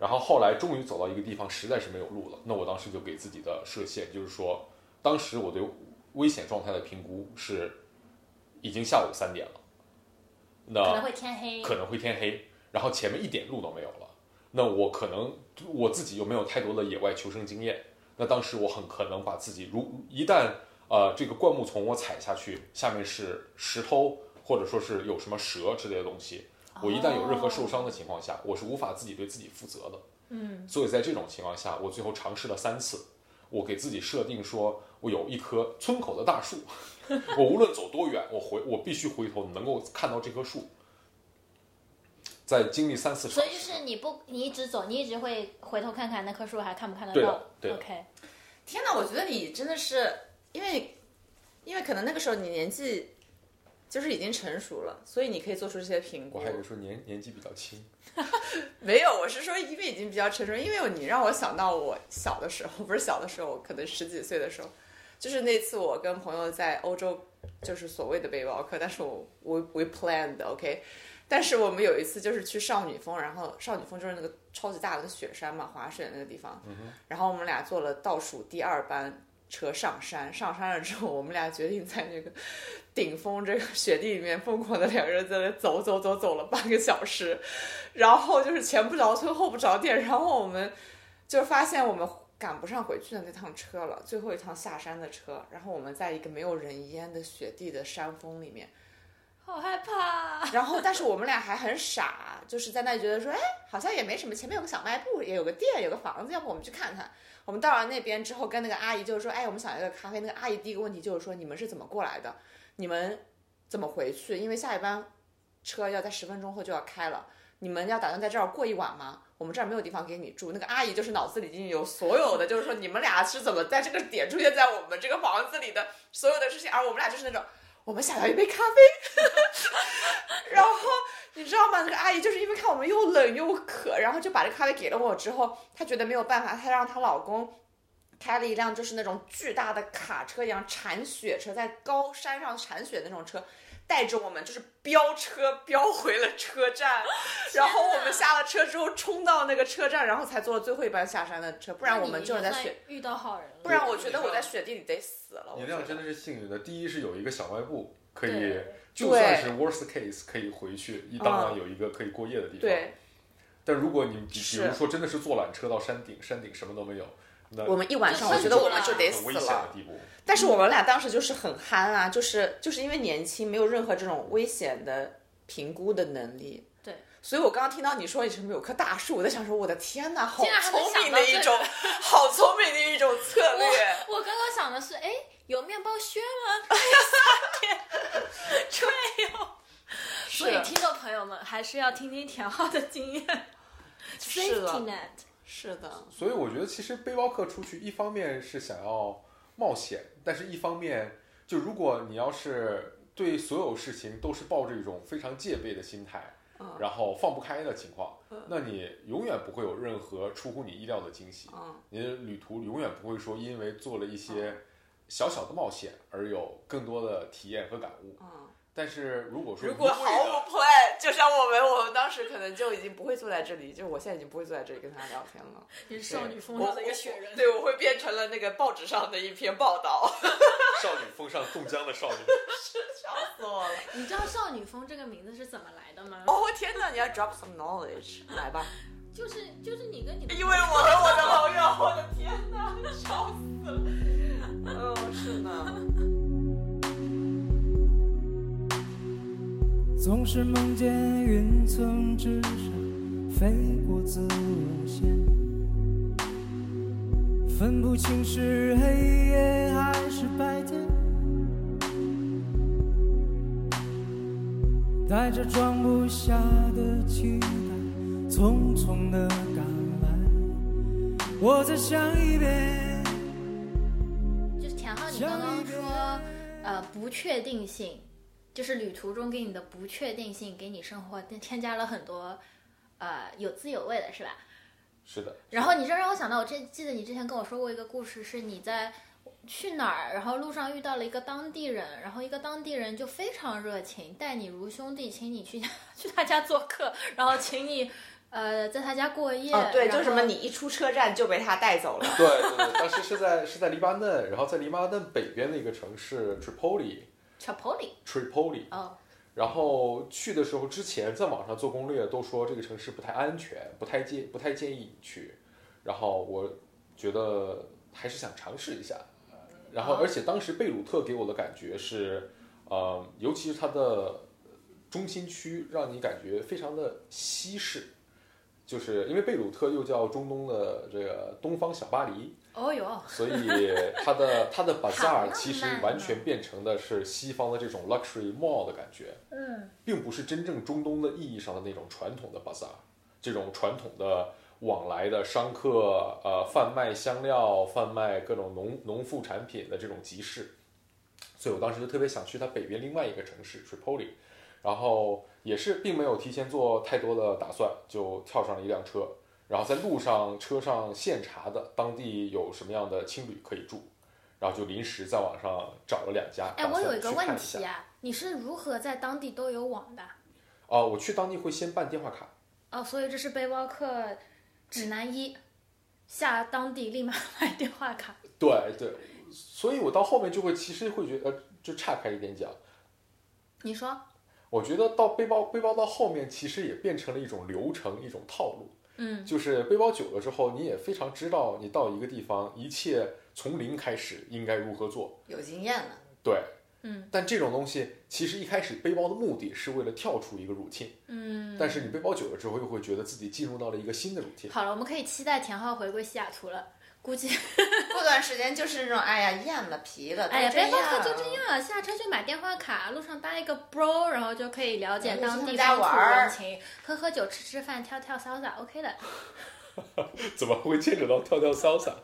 S3: 然后后来终于走到一个地方，实在是没有路了，那我当时就给自己的设限，就是说，当时我对危险状态的评估是已经下午三点了，那
S2: 可能会天黑。
S3: 可能会天黑，然后前面一点路都没有了。那我可能我自己又没有太多的野外求生经验，那当时我很可能把自己如一旦呃这个灌木丛我踩下去，下面是石头或者说是有什么蛇之类的东西，
S2: 哦
S3: 我一旦有任何受伤的情况下，我是无法自己对自己负责的。
S2: 嗯，
S3: 所以在这种情况下，我最后尝试了三次，我给自己设定说，我有一棵村口的大树， 我无论走多远，我回我必须回头能够看到这棵树。在经历三次尝
S2: 所
S3: 试，
S2: 以就是你不，你一直走，你一直会回头看看那棵树还看不看得
S3: 对的
S2: 到。
S3: 对的
S2: OK，
S1: 天哪，我觉得你真的是因为，因为可能那个时候你年纪就是已经成熟了，所以你可以做出这些评
S3: 我
S1: 估
S3: 还。以为说年年纪比较轻，
S1: 没有，我是说，因为已经比较成熟，因为你让我想到我小的时候，不是小的时候，我可能十几岁的时候，就是那次我跟朋友在欧洲，就是所谓的背包客，但是我 我 we planned OK，但是我们有一次就是去少女峰，然后少女峰就是那个超级大的那个雪山嘛，滑雪那个地方，然后我们俩坐了倒数第二班。车上山，上山了之后，我们俩决定在那个顶峰这个雪地里面疯狂的两个人在那走走走走了半个小时，然后就是前不着村后不着店，然后我们就发现我们赶不上回去的那趟车了，最后一趟下山的车，然后我们在一个没有人烟的雪地的山峰里面，
S2: 好害怕。
S1: 然后但是我们俩还很傻，就是在那里觉得说，哎，好像也没什么，前面有个小卖部，也有个店，有个房子，要不我们去看看。我们到了那边之后，跟那个阿姨就是说，哎，我们想要一个咖啡。那个阿姨第一个问题就是说，你们是怎么过来的？你们怎么回去？因为下一班车要在十分钟后就要开了，你们要打算在这儿过一晚吗？我们这儿没有地方给你住。那个阿姨就是脑子里已经有所有的，就是说你们俩是怎么在这个点出现在我们这个房子里的所有的事情，啊而我们俩就是那种我们想要一杯咖啡， 然后你知道吗？那个阿姨就是因为看我们又冷又渴，然后就把这咖啡给了我之后，她觉得没有办法，她让她老公。开了一辆就是那种巨大的卡车一样铲雪车，在高山上铲雪那种车，带着我们就是飙车飙回了车站，然后我们下了车之后冲到那个车站，然后才坐了最后一班下山的车，不
S2: 不
S1: 然我们就是在雪，
S2: 遇到好人了。
S1: 不然我觉得我在雪地里得死了。
S3: 你
S1: 我
S3: 那样
S1: 觉得
S3: 真的是幸运的。第一是有一个小卖部可以
S2: 对，
S3: 就算是 worst case 可以回去，一当然有一个可以过夜的地方。
S1: 嗯对，
S3: 但如果你比比
S1: 是
S3: 如说真的是坐缆车到山顶，山顶什么都没有，那
S1: 我们一晚上，
S2: 就
S1: 我
S2: 撑
S1: 觉得
S2: 住
S1: 我们
S2: 了
S1: 就得
S3: 很
S1: 死
S3: 危险的
S1: 了。
S3: 地步。
S1: 但是我们俩当时就是很憨啊，就是就是因为年轻，没有任何这种危险的评估的能力。
S2: 对，
S1: 所以我刚刚听到你说你什么有棵大树，我在想说，我的天哪，好
S2: 竟然还能
S1: 聪明
S2: 想到
S1: 的一
S2: 这
S1: 种，好聪明的一种策略。
S2: 我我刚刚想的是，哎，有面包屑吗？ 对呀、所
S1: 啊
S2: 以听众朋友们还是要听听田浩的经 验。
S1: 是啊
S2: Safety
S1: 的，
S2: net，
S1: 是的，
S3: 所以我觉得其实背包客出去，一方面是想要冒险，但是一方面就如果你要是对所有事情都是抱着一种非常戒备的心态，
S1: 嗯
S3: 然后放不开的情况，那你永远不会有任何出乎你意料的惊喜。
S1: 嗯，
S3: 你的旅途永远不会说因为做了一些小小的冒险而有更多的体验和感悟。
S1: 嗯，
S3: 但是如果说
S1: 如果
S3: 一味地
S1: 毫无 plan，就像我们，我们当时可能就已经不会坐在这里，就我现在已经不会坐在这里跟他聊天了。
S2: 你是少女风
S1: 我
S2: 中的一个雪人。
S1: 对，我会变成了那个报纸上的一篇报 道，
S3: 少女风上冻僵的少 女，
S1: 笑死我了。
S2: 你知道“少女风”这个名字是怎么来的吗？
S1: 哦天哪，你要 drop some knowledge，来吧。
S2: 就是就是你跟你的
S1: 因为我和我的朋友，我的天哪，笑死了。哦，是呢。
S6: 总是梦见云层之上飞过自由线，分不清是黑夜还是白天，带着装不下的期待，匆匆的赶来，我再想一遍，
S2: 就是田浩，你刚刚说，呃，不确定性，就是旅途中给你的不确定性，给你生活添添加了很多，呃，有滋有味的是吧？
S3: 是的，
S2: 然后你这让我想到，我这记得你之前跟我说过一个故事，是你在去哪儿，然后路上遇到了一个当地人，然后一个当地人就非常热情，待你如兄弟，请你去 去他家做客，然后请你呃在他家过夜。
S1: 哦，对，
S2: 然后
S1: 就什么你一出车站就被他带走了。
S3: 对对对，当时是在是在黎巴嫩，然后在黎巴嫩北边的一个城市 Tripoli，Tripoli。
S2: Tripoli 哦，
S3: 然后去的时候之前在网上做攻略，都说这个城市不太安全，不太建不太建议你去。然后我觉得还是想尝试一下。然后，而且当时贝鲁特给我的感觉是，呃，尤其是它的中心区，让你感觉非常的西式，就是因为贝鲁特又叫中东的这个东方小巴黎，
S2: 哦哟，
S3: 所以它的它的
S2: 好浪
S3: bazaar
S2: 漫
S3: 其实
S2: 啊
S3: 完全变成的是西方的这种 luxury mall 的感觉，
S2: 嗯，
S3: 并不是真正中东的意义上的那种传统的 bazaar，这种传统的往来的商客，呃，贩卖香料、贩卖各种农农副产品的这种集市。所以我当时就特别想去它北边另外一个城市 Tripoli，然后也是并没有提前做太多的打算，就跳上了一辆车，然后在路上车上现查的当地有什么样的青旅可以住，然后就临时在网上找了两家。
S2: 哎，
S3: 打
S2: 我
S3: 算
S2: 有一个
S3: 去
S2: 问
S3: 看
S2: 题
S3: 下
S2: 啊，你是如何在当地都有网的？
S3: 哦，我去当地会先办电话卡，
S2: 哦，所以这是背包客指南一，下当地立马买电话卡。
S3: 对对，所以我到后面就会其实会觉得，呃就岔开一点讲，
S2: 你说，
S3: 我觉得到背包背包到后面其实也变成了一种流程，一种套路。
S2: 嗯，
S3: 就是背包久了之后，你也非常知道你到一个地方，一切从零开始应该如何做。
S1: 有经验了，
S3: 对，
S2: 嗯，
S3: 但这种东西其实一开始背包的目的是为了跳出一个 routine，
S2: 嗯，
S3: 但是你背包久了之后，又会觉得自己进入到了一个新的 routine。
S2: 好了，我们可以期待田浩回归西雅图了。估计，
S1: 过段时间就是那种哎呀厌了疲了，
S2: 哎呀，
S1: 都这
S2: 背包客就这样，下车去买电话卡，路上搭一个 bro，然后就可以了解
S1: 哎
S2: 当
S1: 去他们
S2: 地
S1: 家
S2: 风土
S1: 玩儿
S2: 人情，喝喝酒，吃吃饭，跳跳骚洒，OK 的。
S3: 怎么会牵扯到跳跳 salsa？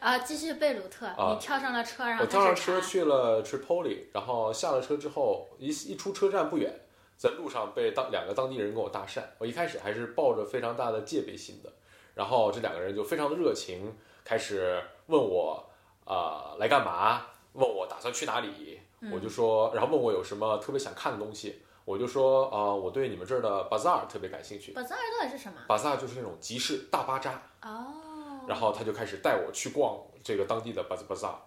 S2: 啊，继续贝鲁特，
S3: 啊
S2: 你跳上了车，然后
S3: 我
S2: 开
S3: 跳上
S2: 始
S3: 车
S2: 查
S3: 去了 Tripoli，然后下了车之后，一一出车站不远，在路上被当两个当地人跟我搭讪。我一开始还是抱着非常大的戒备心的，然后这两个人就非常的热情，开始问我啊、呃来干嘛，问我打算去哪里，我就说，然后问我有什么特别想看的东西，我就说啊、呃我对你们这儿的 bazaar 特别感兴趣。
S2: ，bazaar 到底是什么？
S3: bazaar 就是那种集市大巴扎，
S2: 哦，
S3: 然后他就开始带我去逛这个当地的巴兹巴萨，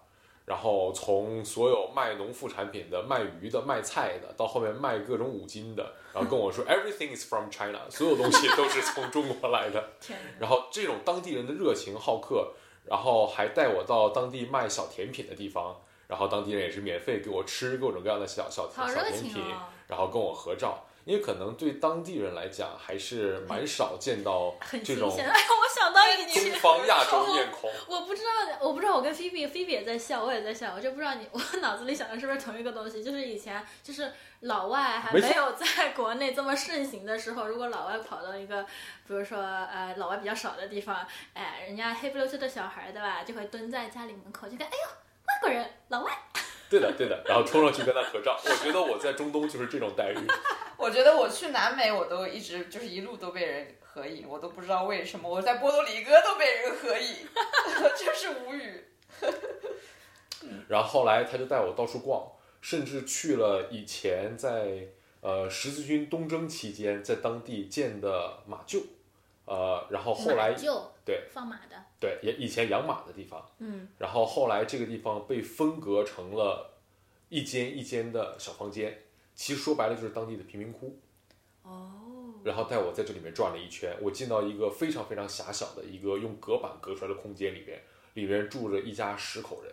S3: 然后从所有卖农副产品的、卖鱼的、卖菜的，到后面卖各种五金的，然后跟 我说 everything is from China，所有东西都是从中国来的。
S2: 天哪！
S3: 然后这种当地人的热情好客，然后还带我到当地卖小甜品的地方，然后当地人也是免费给我吃各种各样的小小
S2: 好
S3: 小
S2: 热
S3: 甜
S2: 情
S3: 品
S2: 哦，
S3: 然后跟我合照。因为可能对当地人来讲，还是蛮少见到
S2: 很
S3: 这
S2: 新
S3: 种
S2: 鲜。哎呀，我想到以
S3: 东
S2: 前，
S3: 方亚洲面孔。
S2: 我不知道，我不知道，我跟菲比，菲比也在笑，我也在笑，我就不知道你， 我脑子里想的是不是同一个东西？就是以前，就是老外还
S3: 没错
S2: 没有在国内这么盛行的时候，如果老外跑到一个，比如说呃老外比较少的地方，哎，人家黑不溜秋的小孩儿对吧，就会蹲在家里门口，就看，哎呦，外国人，老外，
S3: 对的，对的，然后冲上去跟他合 照。我觉得我在中东就是这种待遇。
S1: 我觉得我去南美，我都一直就是一路都被人合影，我都不知道 为什么。我在波多黎各都被人合影，真是无语。
S3: 然后后来他就带我到处逛，甚至去了以前在呃十字军东征期间在当地建的马厩，呃，然后后来
S2: 马厩
S3: 对
S2: 放马的，
S3: 对，也以前养马的地方。
S2: 嗯，
S3: 然后后来这个地方被分隔成了一间一间的小房间，其实说白了就是当地的贫民窟。哦。然后带我在这里面转了一圈，我进到一个非常非常狭小的一个用隔板隔出来的空间里面，里面住着一家十口人。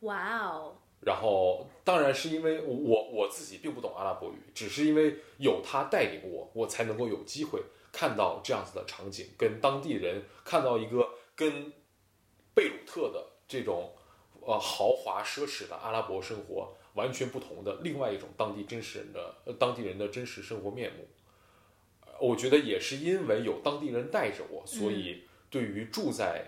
S2: 哇哦，
S3: 然后，当然是因为我我我自己并不懂阿拉伯语，只是因为有他带领我，我才能够有机会看到这样子的场景，跟当地人看到一个跟贝鲁特的这种呃豪华奢侈的阿拉伯生活完全不同的另外一种当地真实人的、呃、当地人的真实生活面目。呃我觉得也是因为有当地人带着我，所以对于住在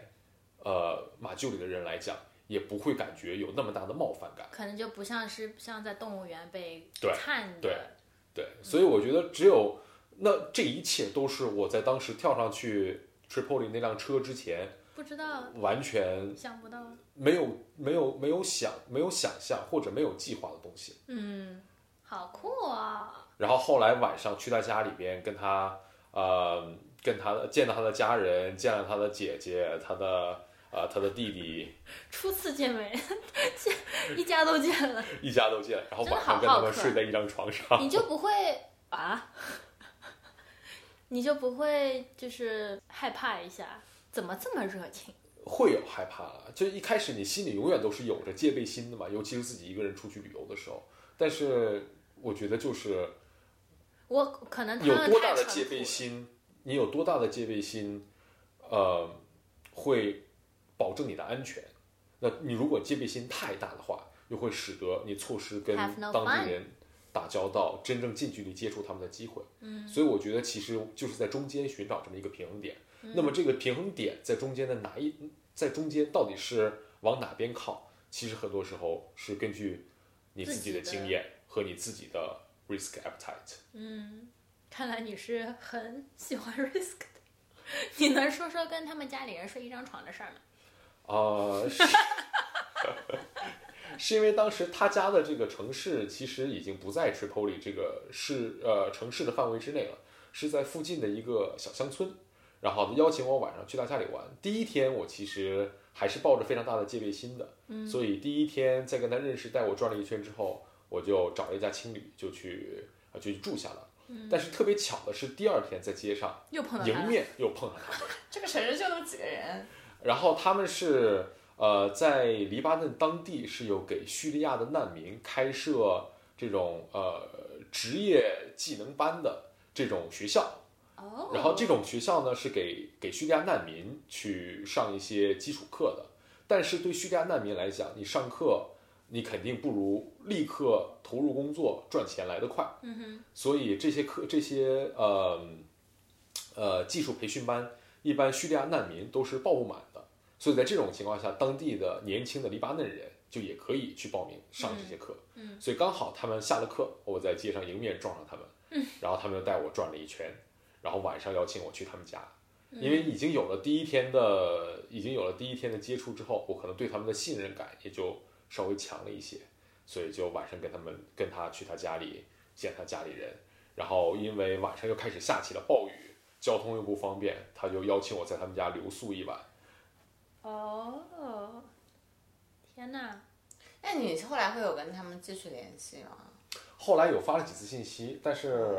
S3: 呃马厩里的人来讲，也不会感觉有那么大的冒犯感。
S2: 可能就不像是像在动物园被
S3: 对
S2: 看
S3: 对
S2: 的，
S3: 对，所以我觉得只有那这一切都是我在当时跳上去 Tripoli 那辆车之前，
S2: 不知道
S3: 完全
S2: 想不到，
S3: 没有没有没有想没有想象或者没有计划的东西。
S2: 嗯，好酷啊、
S3: 然后后来晚上去他家里边跟他呃跟他的见到他的家人，见了他的姐姐，他的呃他的弟弟，
S2: 初次见面，见一家都见了，
S3: 一家都见，然后
S2: 真的
S3: 晚上
S2: 好
S3: 跟他
S2: 好
S3: 们
S2: 客
S3: 睡在一张床上。
S2: 你就不会啊？ 你就不会就是害怕一下？怎么这么热情？
S3: 会有害怕了，就一开始你心里永远都是有着戒备心的嘛，尤其是自己一个人出去旅游的时候。但是我觉得就是
S2: 我可能他
S3: 有
S2: 们
S3: 多
S2: 太
S3: 大的
S2: 淳
S3: 戒
S2: 朴
S3: 备
S2: 了
S3: 心，你有多大的戒备心，呃，会保证你的安全。那你如果戒备心太大的话，又会使得你错失跟
S2: Have no
S3: 当
S2: fun
S3: 地人打交道、真正近距离接触他们的机会。嗯，所以我觉得其实就是在中间寻找这么一个平衡点。
S2: 嗯
S3: 那么这个平衡点在中间的哪一，在中间到底是往哪边靠？其实很多时候是根据你自己的
S2: 自己的
S3: 经验和你自己的 risk appetite。
S2: 嗯看来你是很喜欢 risk 的。你能说说跟他们家里人睡一张床的事儿吗？
S3: 啊，是 是因为当时他家的这个城市其实已经不在 Tripoli 这个市呃城市的范围之内了，是在附近的一个小乡村。然后邀请我晚上去他家里玩。第一天我其实还是抱着非常大的戒备心的，
S2: 嗯
S3: 所以第一天在跟他认识，带我转了一圈之后，我就找了一家青旅就去啊就去住下了。但是特别巧的是，第二天在街上
S2: 又嗯碰到他
S3: 迎
S2: 了，
S3: 面又碰上他。
S1: 这个城市就那么几个人，
S3: 然后他们是呃，在黎巴嫩当地是有给叙利亚的难民开设这种呃职业技能班的这种学校，
S2: 哦，
S3: 然后这种学校呢是给给叙利亚难民去上一些基础课的，但是对叙利亚难民来讲，你上课你肯定不如立刻投入工作赚钱来得快，
S2: 嗯哼，
S3: 所以这些课这些呃呃技术培训班，一般叙利亚难民都是报不满的，所以在这种情况下，当地的年轻的黎巴嫩人就也可以去报名上这些课。
S2: 嗯
S3: 所以刚好他们下了课，我在街上迎面撞上他们，
S2: 嗯
S3: 然后他们就带我转了一圈，然后晚上邀请我去他们家。
S2: 嗯
S3: 因为已经有了第一天的，已经有了第一天的接触之后，我可能对他们的信任感也就稍微强了一些，所以就晚上跟他们跟他去他家里见他家里人，然后因为晚上又开始下起了暴雨，交通又不方便，他就邀请我在他们家留宿一晚。
S2: 哦，天哪，
S1: 那你后来会有跟他们继续联系吗？
S3: 后来有发了几次信息，但是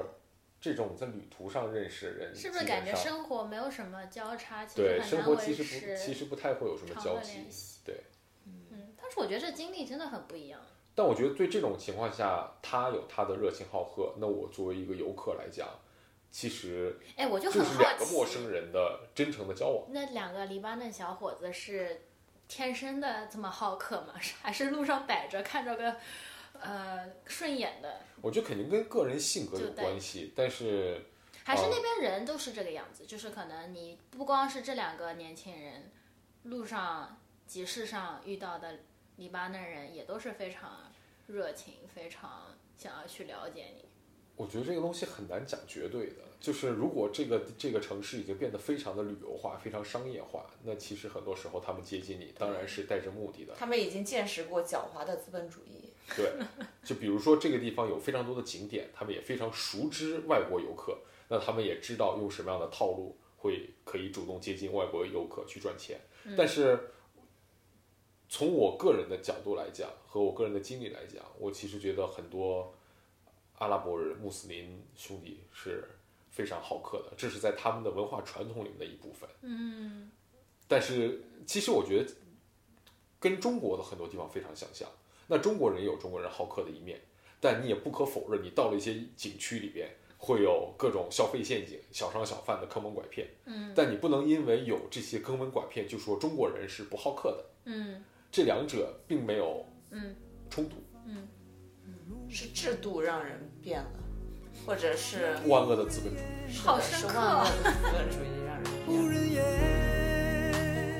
S3: 这种在旅途上认识的人，
S2: 是不是感
S3: 基
S2: 觉
S3: 本上
S2: 生活没有什么交叉，其
S3: 对
S2: 实很
S3: 生
S2: 难
S3: 活
S2: 维
S3: 其
S2: 持
S3: 实不其实不太会有什么
S2: 长
S3: 交
S2: 的
S3: 集
S2: 联系，
S3: 对。
S2: 嗯，但是我觉得这经历真的很不一样。
S3: 但我觉得对这种情况下，他有他的热情好客，那我作为一个游客来讲，其实
S2: 哎，我就
S3: 就
S2: 很
S3: 是
S2: 好
S3: 两个
S2: 奇，
S3: 陌生人的真诚的交往。
S2: 那两个黎巴嫩小伙子是天生的这么好客吗？还是路上逮着看着个呃顺眼的？
S3: 我觉得肯定跟个人性格有
S2: 就带
S3: 关系，但是
S2: 还是
S3: 哦
S2: 那边人都是这个样子，就是可能你不光是这两个年轻人，路上集市上遇到的黎巴嫩人也都是非常热情，非常想要去了解你。
S3: 我觉得这个东西很难讲绝对的，就是如果这个这个城市已经变得非常的旅游化、非常商业化，那其实很多时候他们接近你，当然是带着目的的。
S1: 他们已经见识过狡猾的资本主义，
S3: 对，就比如说这个地方有非常多的景点，他们也非常熟知外国游客，那他们也知道用什么样的套路会可以主动接近外国游客去赚钱。但是从我个人的角度来讲，和我个人的经历来讲，我其实觉得很多阿拉伯人、穆斯林兄弟是非常好客的，这是在他们的文化传统里面的一部分。
S2: 嗯，
S3: 但是其实我觉得跟中国的很多地方非常相像。那中国人也有中国人好客的一面，但你也不可否认，你到了一些景区里边，会有各种消费陷阱、小商小贩的坑蒙拐骗。
S2: 嗯，
S3: 但你不能因为有这些坑蒙拐骗，就说中国人是不好客的，
S2: 嗯
S3: 这两者并没有
S2: 嗯
S3: 冲突。
S1: 是制度让人变 了，或者是
S3: 万恶的资本主义，
S2: 好深
S1: 是
S2: 刻啊
S1: 万恶的资本主义让人变
S6: 无
S1: 了。
S6: 人烟。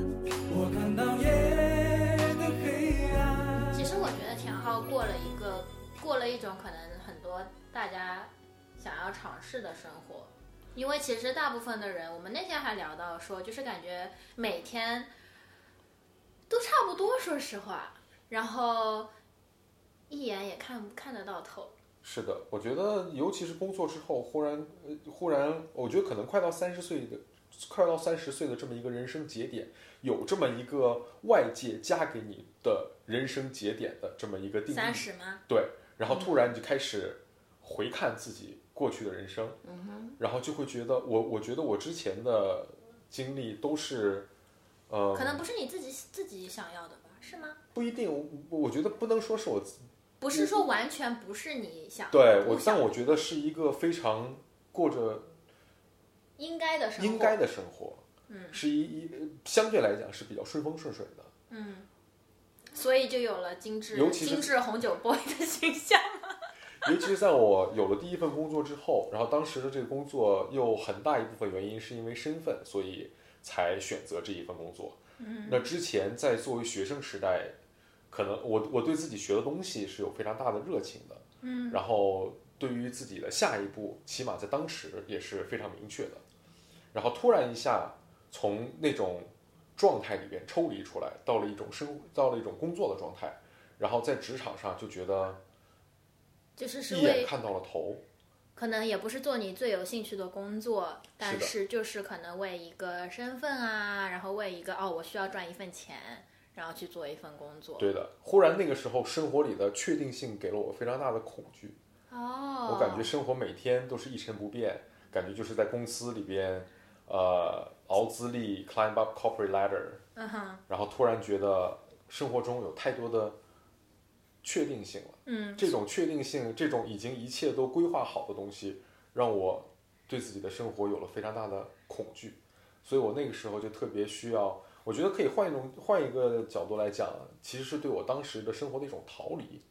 S6: 我看到夜的黑暗。
S2: 其实我觉得田浩过了一个，过了一种可能很多大家想要尝试的生活，因为其实大部分的人，我们那天还聊到说，就是感觉每天都差不多，说实话，然后一眼也看看得到头，
S3: 是的，我觉得尤其是工作之后，忽然，呃忽然，我觉得可能快到三十岁的，快到三十岁的这么一个人生节点，有这么一个外界加给你的人生节点的这么一个定义。
S2: 三十嗯吗？
S3: 对，然后突然你就开始回看自己过去的人生，
S2: 嗯
S3: 然后就会觉得我，我觉得我之前的经历都是，呃，
S2: 可能不是你自己自己想要的吧？是吗？
S3: 不一定，我我觉得不能说是我自
S2: 不是说完全不是你想
S3: 嗯对
S2: 不
S3: 我，
S2: 想
S3: 但我觉得是一个非常过着
S2: 应该的生活，
S3: 应该的生活，嗯，是一一相对来讲是比较顺风顺水的。
S2: 嗯，所以就有了精致
S3: 尤其是
S2: 精致红酒 boy 的形象。
S3: 尤其是在我有了第一份工作之后，然后当时的这个工作又很大一部分原因是因为身份，所以才选择这一份工作。嗯，那之前在作为学生时代，可能我我对自己学的东西是有非常大的热情的，嗯，然后对于自己的下一步，起码在当时也是非常明确的。然后突然一下从那种状态里边抽离出来，到了一种生活，到了一种工作的状态，然后在职场上就觉得
S2: 就是是
S3: 一眼
S2: 为
S3: 看到了头。
S2: 可能也不是做你最有兴趣的工作，但是就是可能为一个身份啊，然后为一个哦，我需要赚一份钱，然后去做一份工作。
S3: 对的，忽然那个时候，生活里的确定性给了我非常大的恐惧。
S2: 哦，
S3: 我感觉生活每天都是一成不变，感觉就是在公司里边，呃，熬资历，climb up corporate ladder，
S2: 嗯哼，
S3: 然后突然觉得生活中有太多的确定性了。
S2: 嗯，
S3: 这种确定性，这种已经一切都规划好的东西，让我对自己的生活有了非常大的恐惧，所以我那个时候就特别需要，我觉得可以换一种换一个角度来讲，其实是对我当时的生活的一种逃离。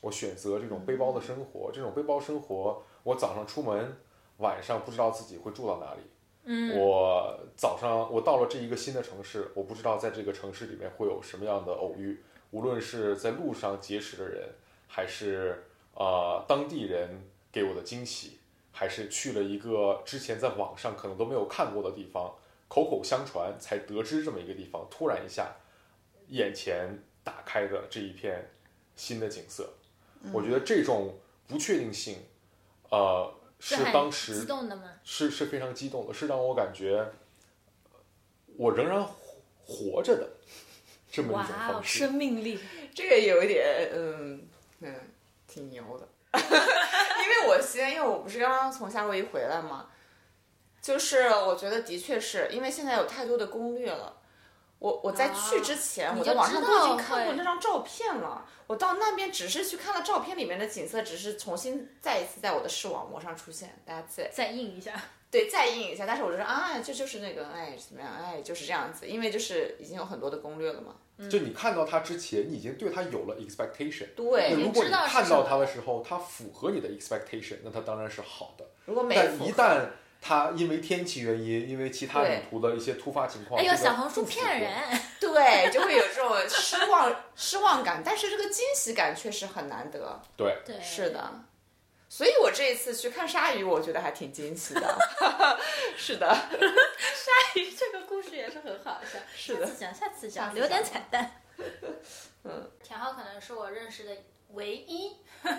S3: 我选择这种背包的生活，这种背包生活，我早上出门，晚上不知道自己会住到哪里。
S2: 嗯，
S3: 我早上我到了这一个新的城市，我不知道在这个城市里面会有什么样的偶遇，无论是在路上结识的人，还是呃当地人给我的惊喜，还是去了一个之前在网上可能都没有看过的地方，口口相传才得知这么一个地方，突然一下眼前打开的这一片新的景色，我觉得这种不确定性，呃，是
S2: 很
S3: 当时
S2: 激动的吗？
S3: 是是非常激动的，是让我感觉呃我仍然活活着的这么一种
S2: 哇哦
S3: 方，式。
S2: 命力！
S1: 这个有一点，嗯嗯，挺牛的。 因为我现在，因为我不是刚刚从夏威夷回来嘛，就是我觉得的确是因为现在有太多的攻略了。我我在去之前，
S2: 啊
S1: 我在
S2: 你就
S1: 网上
S2: 知
S1: 都已 经
S2: 道
S1: 看过
S2: 会
S1: 那张照片了。我到那边只是去看了照片里面的景色，只是重新再一次在我的视网膜上出现。大家再
S2: 再印一下。
S1: 对再印一下，但是我就说啊，这就是那个哎怎么样哎就是这样子，因为就是已经有很多的攻略了嘛。
S3: 就你看到它之前，你已经对它有了 expectation。
S1: 对
S3: 那如果
S2: 已经知
S3: 你
S2: 道是
S3: 看
S2: 什么
S3: 到它的时候，它符合你的 expectation，那它当然是好的。
S1: 如果没
S3: 但
S1: 符
S3: 一
S1: 合
S3: 旦它因为天气原因，因为其他
S1: 对
S3: 旅途的一些突发情况，
S2: 哎呦，
S3: 哦这个
S2: 小红书
S3: 不符合
S2: 骗人！
S1: 对，就会有这种失望失望感，但是这个惊喜感确实很难得。
S3: 对，
S2: 对，
S1: 是的，所以我这一次去看鲨鱼，我觉得还挺惊喜的。是的，
S2: 这个故事也是很好笑。
S1: 是的
S2: 下次讲，下次
S1: 下
S2: 讲，
S1: 次
S2: 留点
S1: 讲
S2: 彩蛋。嗯，田浩可能是我认识的唯一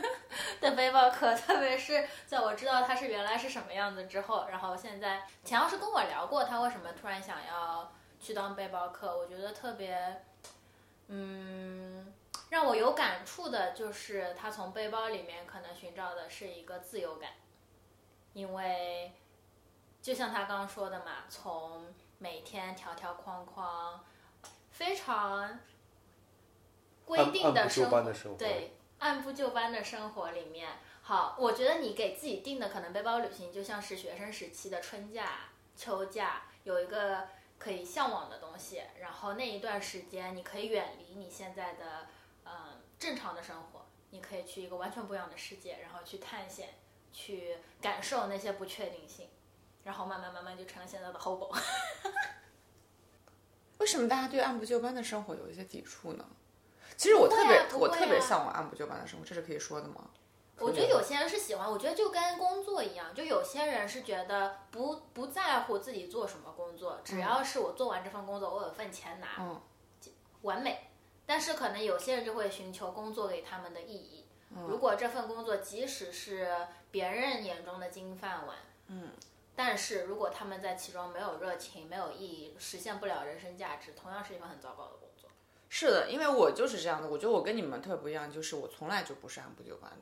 S2: 的背包客，特别是在我知道他是原来是什么样子之后，然后现在田浩是跟我聊过他为什么突然想要去当背包客，我觉得特别，嗯。让我有感触的就是，他从背包里面可能寻找的是一个自由感，因为就像他刚刚说的嘛，从每天条条框框，非常规
S3: 按
S2: 定
S3: 按
S2: 的
S3: 部就
S2: 生
S3: 班
S2: 活，
S3: 的生活，
S2: 对，按部就班的生活里面，好，我觉得你给自己定的可能背包旅行就像是学生时期的春假、秋假，有一个可以向往的东西，然后那一段时间你可以远离你现在的嗯、呃正常的生活，你可以去一个完全不一样的世界，然后去探险，去感受那些不确定性。然后慢慢慢慢就成了现在的 hobo，
S1: 为什么大家对按部就班的生活有一些抵触呢？其实我特别、
S2: 不
S1: 我
S2: 会啊不会啊
S1: 特别向往按部就班的生活，这是可以说的吗？
S2: 我觉得有些人是喜欢，我觉得就跟工作一样，就有些人是觉得不不在乎自己做什么工作，只要是我做完这份工作，我有份钱拿，
S1: 嗯
S2: 完美。但是可能有些人就会寻求工作给他们的意义。
S1: 嗯
S2: 如果这份工作即使是别人眼中的金饭碗，
S1: 嗯，
S2: 但是如果他们在其中没有热情、没有意义，实现不了人生价值，同样是一份很糟糕的工作。
S1: 是的，因为我就是这样的。我觉得我跟你们特别不一样，就是我从来就不是按部就班的，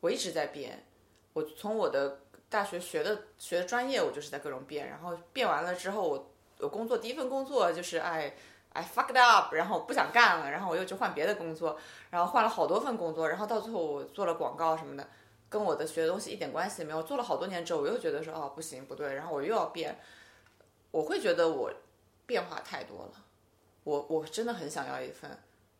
S1: 我一直在变。我从我的大学学的学的专业，我就是在各种变，然后变完了之后，我我工作第一份工作就是哎。I fucked up，然后我不想干了，然后我又去换别的工作，然后换了好多份工作，然后到最后我做了广告什么的，跟我的学的东西一点关系也没有。做了好多年之后，我又觉得说哦不行不对，然后我又要变，我会觉得我变化太多了，我我真的很想要一份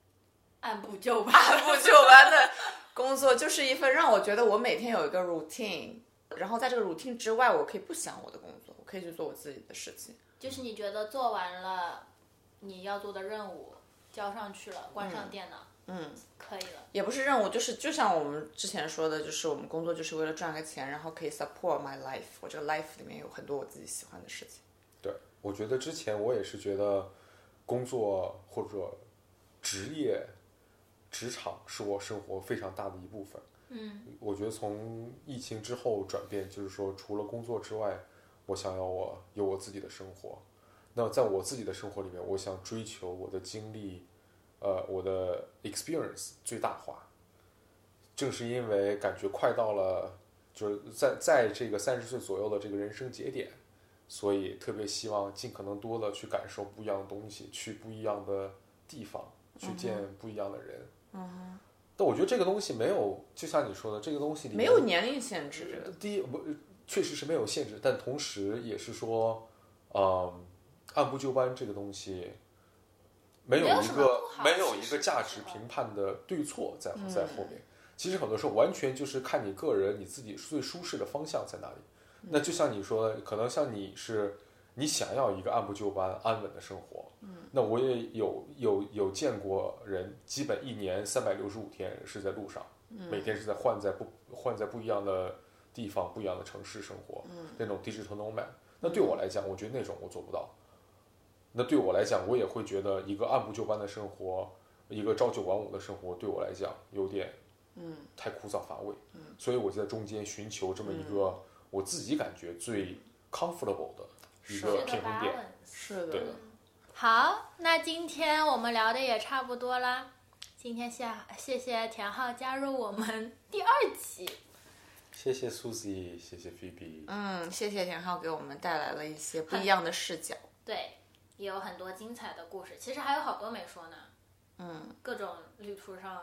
S2: 按部就班，
S1: 按部就班的工作，就是一份让我觉得我每天有一个 routine，然后在这个 routine 之外，我可以不想我的工作，我可以去做我自己的事情。
S2: 就是你觉得做完了你要做的任务，交上去了，关上电脑，嗯，可以了。
S1: 也不是任务，就是就像我们之前说的，就是我们工作就是为了赚个钱，然后可以 support my life。我这个 life 里面有很多我自己喜欢的事情。
S3: 对，我觉得之前我也是觉得工作或者职业、职场是我生活非常大的一部分。嗯，我觉得从疫情之后转变，就是说除了工作之外，我想要我有我自己的生活。那在我自己的生活里面，我想追求我的经历，呃，我的 experience 最大化。正是因为感觉快到了，就是在在这个三十岁左右的这个人生节点，所以特别希望尽可能多的去感受不一样的东西，去不一样的地方，
S1: 嗯
S3: 去见不一样的人。嗯但我觉得这个东西没有，就像你说的，这个东西里
S1: 没
S3: 面
S1: 有年龄限制，这个
S3: 第一不确实是没有限制，但同时也是说，嗯，按部就班这个东西。没有
S2: 没有
S3: 一
S2: 什么
S3: 个
S2: 不好
S3: 没有
S2: 其
S3: 一
S2: 实
S3: 个价
S2: 是
S3: 值
S2: 吧嗯
S3: 评判的对错在在后面，其实很多时候完全就是看你个人你自己最舒适的方向在哪里。
S2: 嗯
S3: 那就像你说的，可能像你是你想要一个按部就班、安稳的生活，嗯，那我也有有有见过人，基本一年三百六十五天是在路上，
S2: 嗯
S3: 每天是在换在不换在不一样的地方、不一样的城市生活，嗯，那种 digital nomad。那对我来讲，我觉得那种我做不到。那对我来讲，我也会觉得一个按部就班的生活，一个朝九晚五的生活，对我来讲有点，嗯，太枯燥乏味。嗯，所以我就在中间寻求这么一个我自己感觉最 comfortable 的一
S1: 是
S3: 个
S1: 的
S3: 平衡点。
S1: 是
S3: 对的，
S2: 嗯好，那今天我们聊的也差不多啦。今天谢谢谢田浩加入我们第二集，
S3: 谢谢 Susie，谢谢
S7: 嗯
S3: Phoebe。
S1: 嗯，谢谢田浩给我们带来了一些不一样的视角。
S2: 对，也有很多精彩的故事。其实还有好多没说呢，
S7: 嗯
S2: 各种旅途上，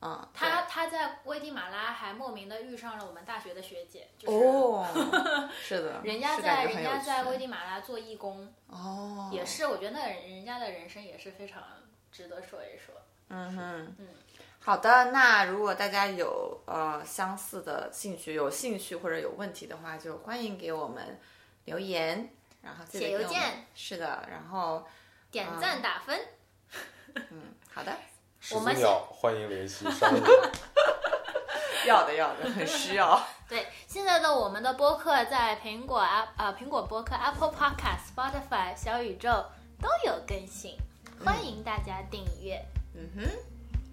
S7: 嗯，
S2: 他他在危地马拉还莫名的遇上了我们大学的学姐，就
S7: 对
S2: 是、
S7: 哦， 是的，
S2: 人家
S7: 是
S2: 在
S7: 感觉
S2: 人
S7: 很
S2: 家在
S7: 有趣
S2: 危地马拉做义工，
S7: 哦，
S2: 也是我觉得那人人家的人生也是非常值得说一说。
S7: 嗯哼，好的。那如果大家有呃相似的兴趣、有兴趣或者有问题的话，就欢迎给我们留言，然后记得
S2: 写邮
S7: 给我们嗯
S2: 件。
S7: 是的，然 后
S2: 点
S7: 嗯
S2: 赞打分，
S7: 嗯，好的，
S3: 始
S2: 我
S3: 祖
S2: 们
S3: 鸟欢迎联系商务。
S7: 要的要的，很需要。
S2: 对，现在的我们的播客在苹果 App 呃苹果播客 Apple Podcast、Spotify、小宇宙都有更新，欢迎大家订阅，
S7: 嗯哼，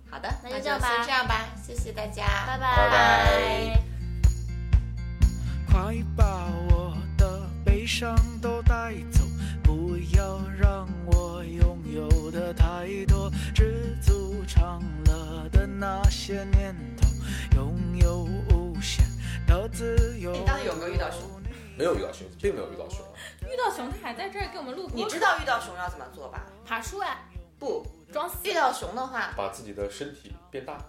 S7: 好的，
S2: 那就
S7: 那就
S2: 这样吧
S7: 先这样吧，谢谢大家，
S2: 拜
S3: 拜拜
S6: 快把我的悲伤都带走，不要让我拥有的太多，知足常乐的那些念头，拥有无限的自由。
S7: 你到底有没有遇到熊？
S3: 没有遇到熊，并没有遇到熊。
S8: 遇到熊，他还在这儿给我们录播客，
S7: 你知道遇到熊要怎么做吧？
S2: 爬树啊，
S7: 不，
S8: 装死
S7: 遇到熊的话，
S3: 把自己的身体变大，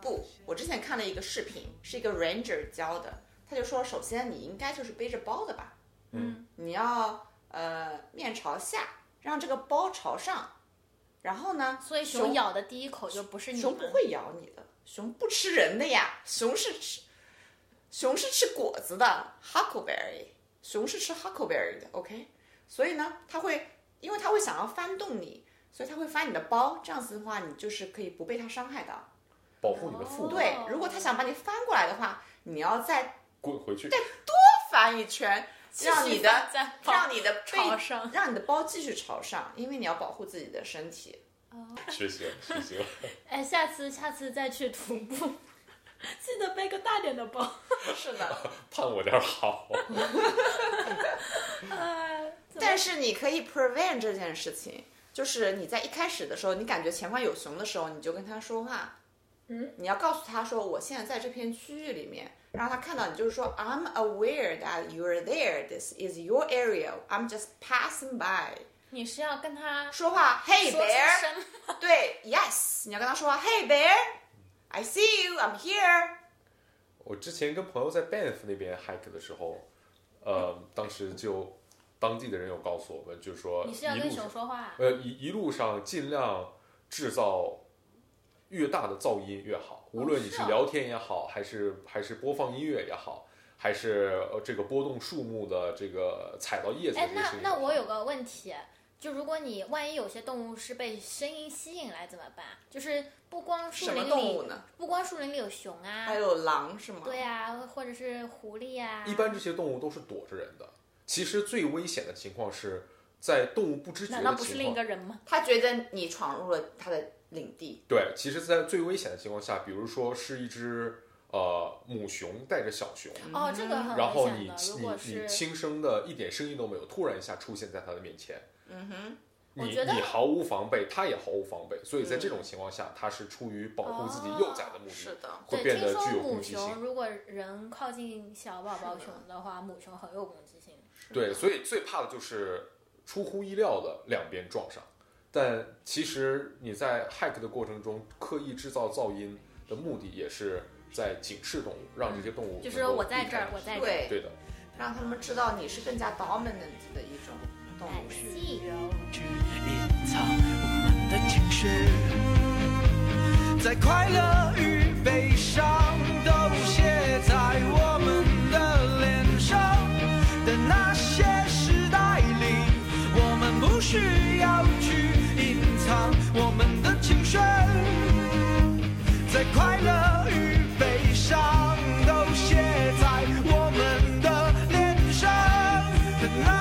S7: 不，我之前看了一个视频，是一个 ranger 教的，他就说，首先你应该就是背着包的吧，
S3: 嗯，
S7: 你要呃面朝下，让这个包朝上，然后呢，
S2: 所以熊
S7: 熊
S2: 咬的第一口就不是你
S7: 熊
S2: 们
S7: 不，会咬你的，熊不吃人的呀，熊是吃，熊是吃果子的，huckleberry，熊是吃 huckleberry 的，OK，所以呢，它会，因为它会想要翻动你，所以它会翻你的包，这样子的话，你就是可以不被它伤害到。
S3: 保护
S2: 哦
S3: 你的腹部，
S7: 对，如果它想把你翻过来的话，你要再
S3: 滚回去。
S7: 翻一圈，让你的
S2: 在
S7: 让你的背
S2: 朝上
S7: 让你的包继续朝上，因为你要保护自己的身体。
S3: 学习了，学习了。
S2: 哎，下次下次再去徒步，记得背个大点的包。
S7: 是的。
S3: 盼我点儿好。
S2: 呃
S7: 但是你可以 prevent 这件事情，就是你在一开始的时候，你感觉前方有熊的时候，你就跟他说话，嗯，你要告诉他说我现在在这片区域里面，让他看到你就是说 I'm aware that you're there, this is your area, I'm just passing by。
S2: 你是要跟他
S7: 说话，Hey
S2: 说出
S7: bear，
S2: 声，
S7: 对，Yes，你要跟他说，Hey bear，I see you, I'm here。
S3: 我之前跟朋友在 Banff 那边 hike 的时候，呃，当时就当地的人有告诉我们，就是说
S2: 你是要
S3: 一路
S2: 跟熊
S3: 上
S2: 说话啊？
S3: 呃，一一路上尽量制造越大的噪音越好，无论你
S2: 是
S3: 是
S2: 啊
S3: 聊天也好，还是还是播放音乐也好，还是呃这个拨动树木的这个踩到叶子
S2: 哎
S3: 这，个事
S2: 那
S3: 情也
S2: 那
S3: 好。
S2: 我有个问题，就如果你万一有些动物是被声音吸引来怎么办？就是不光树
S7: 什
S2: 林
S7: 么
S2: 里，
S7: 动物呢？
S2: 不光树林里有熊啊，
S7: 还有狼是吗？
S2: 对啊，或者是狐狸啊，
S3: 一般这些动物都是躲着人的。其实最危险的情况是在动物不知觉
S2: 难道
S3: 的
S2: 不是
S3: 情
S2: 另一
S3: 况
S2: 个。人吗？
S7: 他觉得你闯入了他的领地，
S3: 对，其实，在最危险的情况下，比如说是一只呃母熊带着小熊，
S2: 哦，这个很
S3: 然后
S2: 危
S3: 你
S2: 险的。如
S3: 你
S2: 果
S3: 你
S2: 是
S3: 轻声的一点声音都没有，突然一下出现在他的面前，
S2: 嗯我
S3: 你
S2: 觉得嗯
S3: 你毫无防备，他也毫无防备，所以在这种情况下，他是出于保护自己幼崽的目的，
S7: 是的
S3: 会
S2: 哦对，
S3: 变
S2: 听
S3: 得
S2: 说
S3: 具有
S2: 母
S3: 攻击
S2: 熊
S3: 性。
S2: 如果人靠近小宝宝熊的话，母熊很有攻击性。
S3: 对，所以最怕的就是出乎意料的两边撞上。但其实你在 hack 的过程中刻意制造噪音的目的，也是在警示动物，让这些动物
S2: 就是
S3: 能够
S2: 我在
S3: 避
S2: 这
S3: 开
S2: 儿，我在这儿。
S7: 对，
S3: 对的。
S7: 让他们知道你是更加 dominant 的一种动
S2: 哎
S7: 物。
S2: ，see。
S6: 去隐藏我们的情绪，在快乐与悲伤都写在我们的脸上的那些时代里，我们不需要去隐藏我们的情绪，在快乐与悲伤都写在我们的脸上的那。